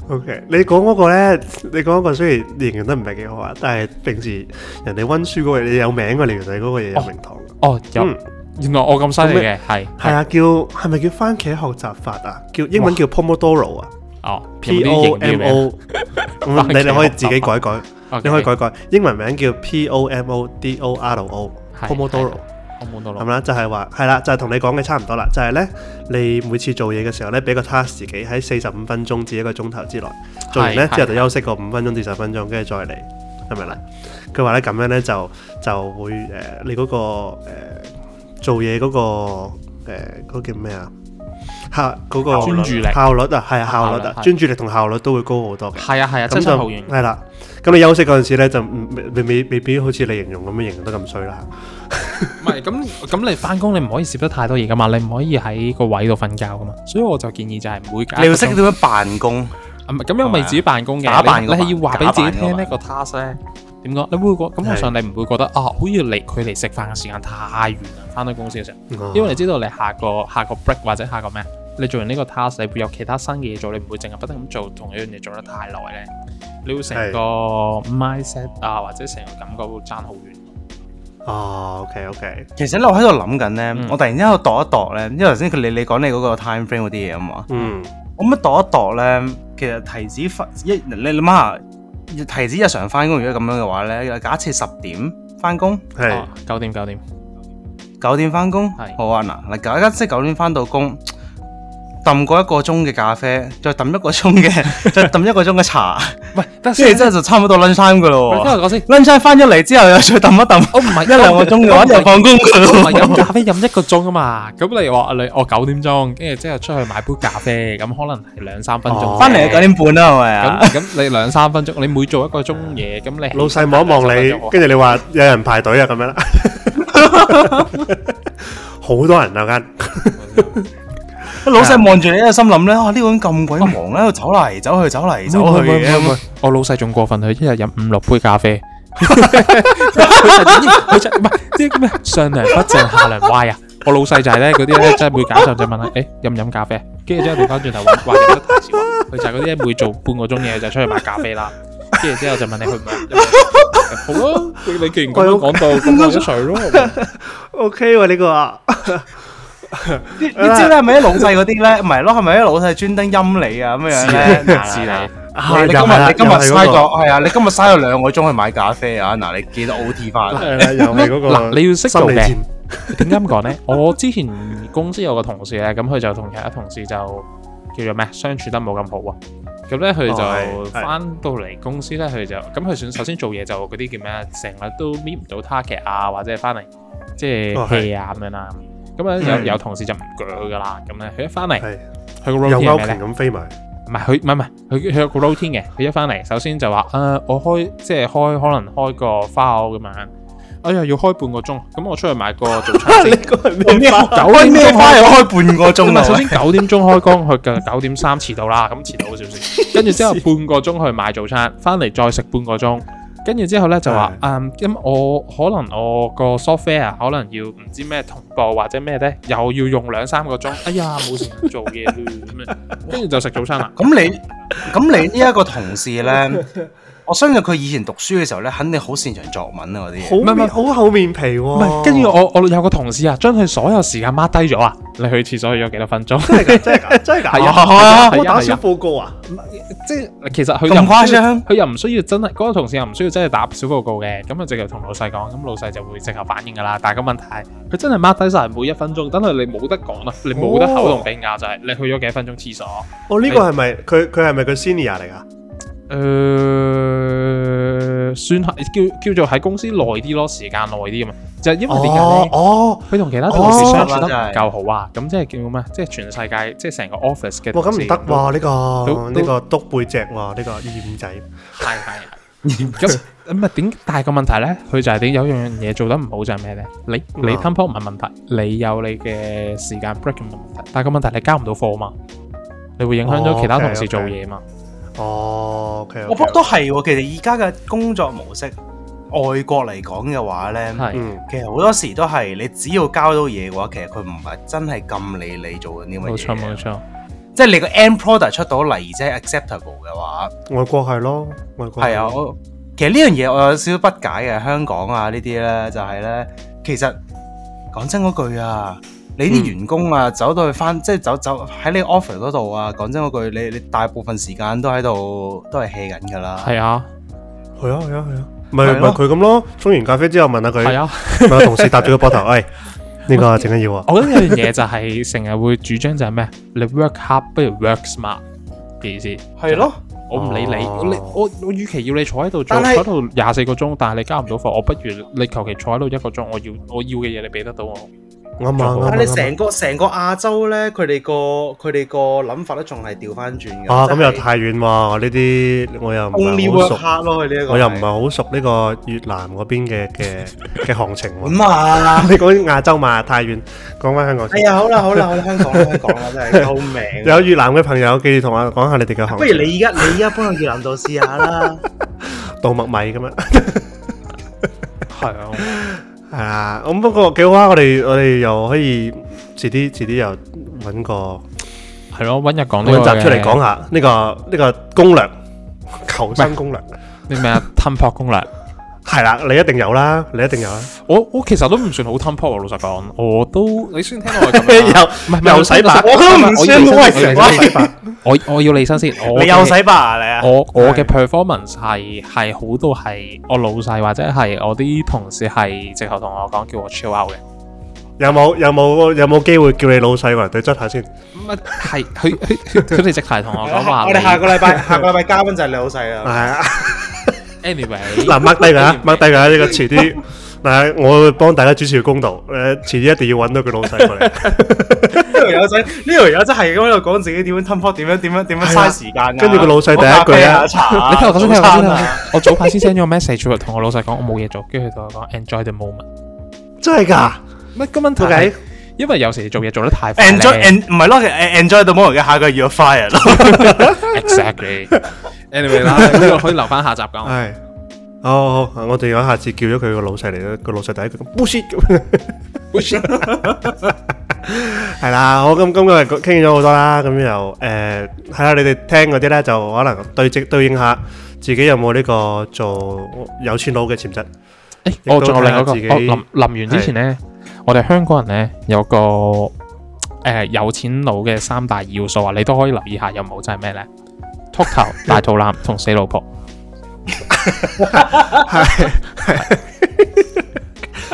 [SPEAKER 2] OK，你講嗰個咧，你講嗰個雖然形容得唔係幾好啊，但係平時人哋温書嗰個你有名㗎，你原來嗰個嘢有名堂。
[SPEAKER 1] 哦，有
[SPEAKER 2] 嗯，
[SPEAKER 1] 原來我咁犀利嘅，係
[SPEAKER 2] 係啊，叫係咪叫番茄學習法啊？叫英文叫 Pomodoro 啊
[SPEAKER 1] 哦
[SPEAKER 2] ，P O M O，咁你哋可以自己改改，
[SPEAKER 1] O，
[SPEAKER 2] 你可以改改，英文名叫 P O M O D O R O，Pomodoro。
[SPEAKER 1] 我冇到落，
[SPEAKER 2] 咁啦，就係話係啦，就係同你講嘅差唔多啦。就係咧，你每次做嘢嘅時候咧，俾個 task 自己喺四十五分鐘至一個鐘頭之內做完咧，
[SPEAKER 1] 係
[SPEAKER 2] 之後就休息個五分鐘至十分鐘，跟住再嚟，係咪啦？佢話咧咁樣咧就就會誒、呃你嗰、個、呃、做嘢嗰、個誒嗰、個叫咩啊？效嗰、個
[SPEAKER 1] 專注力
[SPEAKER 2] 效率啊，係啊
[SPEAKER 1] 效
[SPEAKER 2] 效率
[SPEAKER 1] 率
[SPEAKER 2] 啊
[SPEAKER 1] 係，
[SPEAKER 2] 專注力同效率都會高好多嘅。
[SPEAKER 1] 係啊係啊，
[SPEAKER 2] 咁
[SPEAKER 1] 真係
[SPEAKER 2] 就
[SPEAKER 1] 好遠，
[SPEAKER 2] 係啦。咁你休息嗰陣時咧，就唔未未未必好似你形容咁樣形容得咁衰啦。
[SPEAKER 1] 唔係咁咁你翻工你唔可以攝得太多嘢噶嘛，你唔可以喺個位度瞓覺噶嘛，所以我就建議就係每隔一個
[SPEAKER 4] 你要識
[SPEAKER 1] 鐘
[SPEAKER 4] 點樣辦公，
[SPEAKER 1] 啊唔係咁又咪自己辦公嘅，
[SPEAKER 4] 打扮
[SPEAKER 1] 你
[SPEAKER 4] 嗰
[SPEAKER 1] 你
[SPEAKER 4] 個
[SPEAKER 1] 係要話俾
[SPEAKER 4] 打
[SPEAKER 1] 自
[SPEAKER 4] 扮
[SPEAKER 1] 己
[SPEAKER 4] 嗰個
[SPEAKER 1] 聽呢個 task 咧點講？你會覺咁我上你唔會覺得啊，好似離佢離食飯嘅時間太遠啦，翻到公司嘅時候，因為你知道你下個下個 break 或者下個咩，你做完呢個 task，你會有其他新嘅嘢做，你唔會淨係不停咁做同一樣嘢做得太耐咧，你會成個 mindset à, 啊或者成個感覺會爭好遠。
[SPEAKER 2] 哦，OK OK，
[SPEAKER 3] 其實咧，我喺度諗緊咧
[SPEAKER 1] 嗯，
[SPEAKER 3] 我突然之間喺度度一度咧，因為頭先佢你你講你嗰個 time frame 嗰啲嘢啊嘛，
[SPEAKER 2] 嗯，
[SPEAKER 3] 我咁樣度一度咧，其實提子翻一你諗下，提子日常翻工如果咁樣嘅話咧，假設十點翻工，
[SPEAKER 2] 係
[SPEAKER 1] 啊，九點九點，
[SPEAKER 3] 九點翻工
[SPEAKER 1] 係，
[SPEAKER 3] 好啊嗱嗱，假即係九點翻到工，揼過一個鐘嘅咖啡，再揼一個鐘 嘅，再揼一個鐘嘅 茶，
[SPEAKER 1] 喂，等
[SPEAKER 3] 即係真係就差唔多 lunch time 噶
[SPEAKER 1] 我
[SPEAKER 3] 咯
[SPEAKER 1] 聽
[SPEAKER 3] 喎。
[SPEAKER 1] 我講先，
[SPEAKER 3] lunch time 翻咗嚟之後，又再揼一揼
[SPEAKER 1] 我唔係
[SPEAKER 3] 一兩個鐘嘅話，就放工噶
[SPEAKER 1] 我
[SPEAKER 3] 咯
[SPEAKER 1] 咪飲
[SPEAKER 3] 喎。
[SPEAKER 1] 咖啡飲一個鐘啊嘛，咁你話你我九點鐘，跟住之後出去買杯咖啡，咁可能係兩三分鐘。
[SPEAKER 2] 哦
[SPEAKER 3] 翻嚟就九點半啦，係咪啊？
[SPEAKER 1] 咁咁你兩三分鐘，你每做一個鐘嘢，咁你
[SPEAKER 2] 老細望一 望你，跟住你話有人排隊啊咁樣啦， 好多人啊間，
[SPEAKER 3] 老細望住你喺度心諗咧，啊呢個人咁鬼忙咧，喺度走嚟走去走嚟走去嘅，咁
[SPEAKER 1] 我老細仲過分，佢一日飲五六杯咖 啡。佢就佢就唔係即係咩上梁不正下梁歪啊！我老細就係咧嗰啲咧，真係會搞上就問啦，誒飲唔飲咖啡啊？跟住之後調翻轉頭話話飲得太少，佢就係嗰啲咧每做半個鐘嘢就出去買咖啡啦。跟住之後就問你去唔去飲？好啊，你你既然咁樣講到，咁我一齊咯。
[SPEAKER 2] OK 喎呢個，
[SPEAKER 3] 你知咧係咪啲老細嗰啲咧？唔係咯，係咪啲老細專登陰你啊咁樣咧？
[SPEAKER 1] 是啊你。
[SPEAKER 3] 嗱你今日你今日嘥咗係啊！你今日嘥咗兩個鐘去買咖啡啊！嗱，你記得 O T 翻。
[SPEAKER 2] 係啦，又係嗰個
[SPEAKER 1] 嗱你要識做
[SPEAKER 2] 心理
[SPEAKER 1] 嘅
[SPEAKER 2] 戰
[SPEAKER 1] 點解咁講呢？我之前公司有個同事咧，咁佢就同其他同事就叫做咩相處得冇咁好啊。咁咧佢
[SPEAKER 2] 哦
[SPEAKER 1] 就
[SPEAKER 2] 係係
[SPEAKER 1] 翻到嚟公司咧，佢就咁佢選首先做嘢就嗰啲叫咩啊？成日都搣唔到 target 啊，或者係翻嚟即係
[SPEAKER 2] 哦係嗯
[SPEAKER 1] hea 啊咁樣啦。咁啊有有同事就唔鋸佢噶啦，咁咧佢一翻嚟，
[SPEAKER 2] 係
[SPEAKER 1] 佢個 routine
[SPEAKER 2] 又
[SPEAKER 1] 係
[SPEAKER 2] 勾
[SPEAKER 1] 咩
[SPEAKER 2] 拳
[SPEAKER 1] 咧？
[SPEAKER 2] 咁飛埋，
[SPEAKER 1] 唔係佢唔係唔係佢佢有個 routine 嘅，佢一翻嚟首先就話誒、啊我開即係開可能開個 file 咁樣，哎呀要開半個鐘，咁我出去買個早餐 先。
[SPEAKER 2] 呢個係咩花？
[SPEAKER 1] 九點鐘
[SPEAKER 3] 翻嚟開半個
[SPEAKER 1] 咁
[SPEAKER 3] 鐘
[SPEAKER 1] 啊，
[SPEAKER 3] 啊！
[SPEAKER 1] 首先九點鐘開工，佢嘅九點三遲到啦，咁遲到 好少少。跟住之後半個鐘去買早餐，翻嚟再食半個鐘。跟住之後咧就話，嗯，咁我可能我個 software 可能要唔知咩同步或者咩咧，又要用兩三個鐘。哎呀，冇時間做嘢啦咁樣。跟住就食早餐啦。
[SPEAKER 3] 咁你咁你呢一個同事咧，我相信佢以前讀書嘅時候咧，肯定好擅長作文啊嗰啲嘢。
[SPEAKER 2] 好
[SPEAKER 1] 唔係
[SPEAKER 2] 面好厚面皮
[SPEAKER 1] 唔係，
[SPEAKER 2] 喎。
[SPEAKER 1] 跟住我我有個同事啊，將佢所有時間 mark 低咗啊。你去廁所去咗幾多分鐘？
[SPEAKER 2] 真係㗎，真係㗎，真係㗎。
[SPEAKER 1] 係啊係啊係啊
[SPEAKER 2] 我打
[SPEAKER 1] 係
[SPEAKER 2] 小
[SPEAKER 1] 啊
[SPEAKER 2] 報告啊。
[SPEAKER 1] 即係其實佢
[SPEAKER 3] 咁
[SPEAKER 1] 又唔
[SPEAKER 3] 誇
[SPEAKER 1] 需要
[SPEAKER 3] 張
[SPEAKER 1] 佢又唔需要真係嗰、個同事又唔需要真係打小報告嘅，咁啊直頭同老細講，咁老細就會直頭反應噶啦。但係個問題係，佢真係 mark 低晒每一分鐘，等佢你冇得講啦，你冇得口同比咬就係、你去咗幾分鐘廁所。
[SPEAKER 2] 我哦呢個係咪佢佢係咪佢 senior 嚟㗎？
[SPEAKER 1] 誒、呃算係叫叫做喺公司耐啲咯，時間耐啲咁嘛，啊就係因為點解
[SPEAKER 2] 哦
[SPEAKER 1] 咧？
[SPEAKER 2] 哦，
[SPEAKER 1] 佢同其他同事
[SPEAKER 2] 哦
[SPEAKER 1] 相處得唔
[SPEAKER 3] 真係
[SPEAKER 1] 夠好啊，咁即係叫咩？即係全世界，即係成個 office 嘅
[SPEAKER 2] 哇
[SPEAKER 1] 同
[SPEAKER 2] 咁
[SPEAKER 1] 事。
[SPEAKER 2] 唔得喎，呢
[SPEAKER 1] 都
[SPEAKER 2] 個呢個督背脊喎，呢個二仔。
[SPEAKER 1] 係 係係。咁咁啊點？但係個問題咧，佢就係點有樣嘢做得唔好就係咩咧？你你
[SPEAKER 2] 啊
[SPEAKER 1] time block 唔係問題，你有你嘅時間 break 唔係問題，但係個問題你交唔到貨嘛，你會影響咗其他
[SPEAKER 2] 哦，OK，
[SPEAKER 1] 同事做
[SPEAKER 2] OK
[SPEAKER 1] 嘢嘛。
[SPEAKER 2] 哦，OK，
[SPEAKER 3] 我覺得都係喎，其實而家嘅工作模式，外國嚟講嘅話咧，
[SPEAKER 1] 係
[SPEAKER 2] 嗯，
[SPEAKER 3] 其實好多時都係你只要交到嘢嘅話，其實佢唔係真係咁理你做緊啲乜嘢。
[SPEAKER 1] 冇錯冇錯，
[SPEAKER 3] 即係你個 end product 出到嚟而且係 acceptable 嘅話，
[SPEAKER 2] 外國係咯，外
[SPEAKER 1] 嗯
[SPEAKER 2] 國
[SPEAKER 3] 係啊，我其實呢樣嘢我有少少不解嘅，香港啊呢啲咧就係咧，其實講真嗰句啊，你
[SPEAKER 1] 嗯
[SPEAKER 3] 啲員工啊走到去翻，即係走走喺你 office 嗰度啊，講真嗰句，你你大部分時間都喺度都係 hea 緊㗎啦。
[SPEAKER 1] 係啊
[SPEAKER 2] 係啊係啊係啊，咪
[SPEAKER 3] 係
[SPEAKER 2] 咪
[SPEAKER 3] 咯
[SPEAKER 2] 佢咁咯，沖完咖啡之後問下佢，
[SPEAKER 1] 係啊。
[SPEAKER 2] 咪有同事搭住個膊 頭，喂，呢個整緊要啊，
[SPEAKER 1] 我覺得有樣嘢就係成日會主張就係咩？你 work hard 不如 work smart 嘅意思。
[SPEAKER 3] 係咯，
[SPEAKER 1] 我唔理你，
[SPEAKER 2] 哦
[SPEAKER 1] 你我我預期要你坐喺度做
[SPEAKER 3] 但係
[SPEAKER 1] 坐喺度廿四個鐘，但係你交唔到貨，我不如你求其坐喺度一個鐘，我要我要嘅嘢你俾得到我。
[SPEAKER 2] 啱啊啱啊
[SPEAKER 1] 但
[SPEAKER 2] 啱
[SPEAKER 3] 但係你
[SPEAKER 2] 啊，
[SPEAKER 3] 成個成個亞洲咧，佢哋個佢哋個諗法都仲係調翻轉嘅。
[SPEAKER 2] 啊
[SPEAKER 3] 即係
[SPEAKER 2] 咁又太遠喎，我呢啲我又唔係
[SPEAKER 3] only work
[SPEAKER 2] 好熟，
[SPEAKER 3] hard 咯，佢呢一個
[SPEAKER 2] 我又唔係好熟呢個越南嗰邊嘅嘅嘅行情 喎。
[SPEAKER 3] 咁啊。
[SPEAKER 2] 你講亞洲嘛太遠，講翻香港
[SPEAKER 3] 哎
[SPEAKER 2] 先。
[SPEAKER 3] 呀，好啦好啦好啦，香港啦香港啦，真係救 命！
[SPEAKER 2] 有越南嘅朋友，記住同我講下你哋嘅行
[SPEAKER 3] Dạ. 不
[SPEAKER 2] 情。
[SPEAKER 3] 如你而家你而家搬去越南度試下 啦。
[SPEAKER 2] 稻麥米咁樣。
[SPEAKER 1] 係啊，
[SPEAKER 2] 係啊，咁不過幾好啊！我哋我哋又可以遲啲遲啲又揾個
[SPEAKER 1] 係咯，揾日講呢
[SPEAKER 2] 揾
[SPEAKER 1] 個
[SPEAKER 2] 集出嚟講下呢、個呢、個攻略，求生攻略
[SPEAKER 1] 啲咩啊吞泡攻略。
[SPEAKER 2] 係啦，你一定有啦，你一定有啦，
[SPEAKER 1] 我我其實都唔算好吞泡啊，老實講，我都你先聽我係 咁 樣啊。
[SPEAKER 2] 又
[SPEAKER 1] 唔係唔係
[SPEAKER 2] 又洗白，
[SPEAKER 1] 我都唔
[SPEAKER 2] 算
[SPEAKER 1] 我
[SPEAKER 2] 我
[SPEAKER 1] 要
[SPEAKER 2] 係成日洗白，
[SPEAKER 1] 我我要理身先，我
[SPEAKER 3] 你又洗白啊你啊？
[SPEAKER 1] 我我嘅 performance 係係好到係我老細或者係我啲同事係直頭同我講叫我 chill out 嘅。
[SPEAKER 2] 有冇有冇有冇機會叫你老細過嚟對質下先？
[SPEAKER 1] 咁啊 係佢佢佢佢哋直頭同我講話
[SPEAKER 3] 我
[SPEAKER 1] 你，
[SPEAKER 3] 哋下個 禮拜下個禮拜嘉賓就係你老細
[SPEAKER 2] 係
[SPEAKER 3] 啦。
[SPEAKER 2] 啊，
[SPEAKER 1] anyway
[SPEAKER 2] 嗱 mark 低佢啊，mark 低佢啊，呢個遲啲。嗱，我會幫大家主持公道，誒，遲啲一定要揾到佢老細過嚟。
[SPEAKER 3] 呢條友仔呢條友仔係咁喺度講自己點樣吞 u 點樣點樣點樣
[SPEAKER 2] 係啊
[SPEAKER 3] 嘥時間啊。
[SPEAKER 2] 跟住個老細第一句啊
[SPEAKER 3] 攞咖啡啊，茶啊
[SPEAKER 1] 你聽我頭先聽我頭
[SPEAKER 3] 早餐
[SPEAKER 1] 先
[SPEAKER 3] 啊
[SPEAKER 1] 我早排先 send 咗個 message 同我老細講我冇嘢做，跟住佢同我講 enjoy the moment。
[SPEAKER 2] 真係㗎
[SPEAKER 1] 乜個問題係
[SPEAKER 2] ，OK，
[SPEAKER 1] 因為有時做嘢做得太快呢
[SPEAKER 3] enjoy en 唔係咯，en-，enjoy the moment 嘅下個月 you're fired
[SPEAKER 2] 啊
[SPEAKER 3] 咯。
[SPEAKER 1] exactly。anyway 啦，呢個可以留翻下集講。
[SPEAKER 2] 係，好好，我哋有下次叫咗佢個老細嚟啦，個老細第一句咁 bullshit 咁。 係啦，好咁今日傾咗好多啦，咁又誒係啦，你哋聽嗰啲咧就可能對積對應下自己有冇呢個做有錢佬嘅潛質。
[SPEAKER 1] 誒，
[SPEAKER 2] 亦都
[SPEAKER 1] 哎我仲有另一個，我
[SPEAKER 2] 睇下自己
[SPEAKER 1] 臨臨完之前咧，我哋香港人咧有個誒有錢佬嘅三大要素啊，你都可以留意下有冇，就係咩咧？禿 頭、大肚腩同死老婆。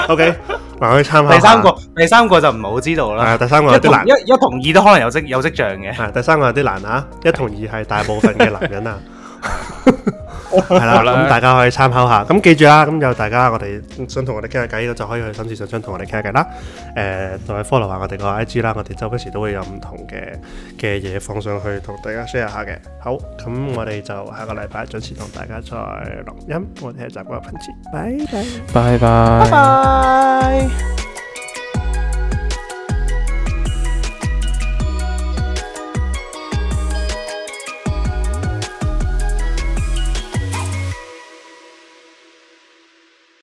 [SPEAKER 2] OK，嗱，可以參考下。
[SPEAKER 5] 第三個第三個就唔好知道啦。
[SPEAKER 2] 啊，第三個有
[SPEAKER 5] 一
[SPEAKER 2] 啲
[SPEAKER 5] 同
[SPEAKER 2] 難
[SPEAKER 5] 一。一同二都可能有跡有跡象嘅。
[SPEAKER 2] 啊，第三個有啲難啊，一同二係大部分嘅男人啊，係啦，
[SPEAKER 1] 好啦
[SPEAKER 2] 咁大家可以參考下。咁記住啦，咁有大家我哋想同我哋傾下偈，就可以去深市上想同我哋傾下偈啦。誒，同埋 follow 下我哋個 IG 啦，我哋周不時都會有唔同嘅嘅嘢放上去同大家 share 下嘅。好，咁我哋就下個禮拜準時同大家再錄音。我哋係習慣分子，
[SPEAKER 1] 拜
[SPEAKER 2] 拜拜。
[SPEAKER 1] 拜。
[SPEAKER 5] 拜。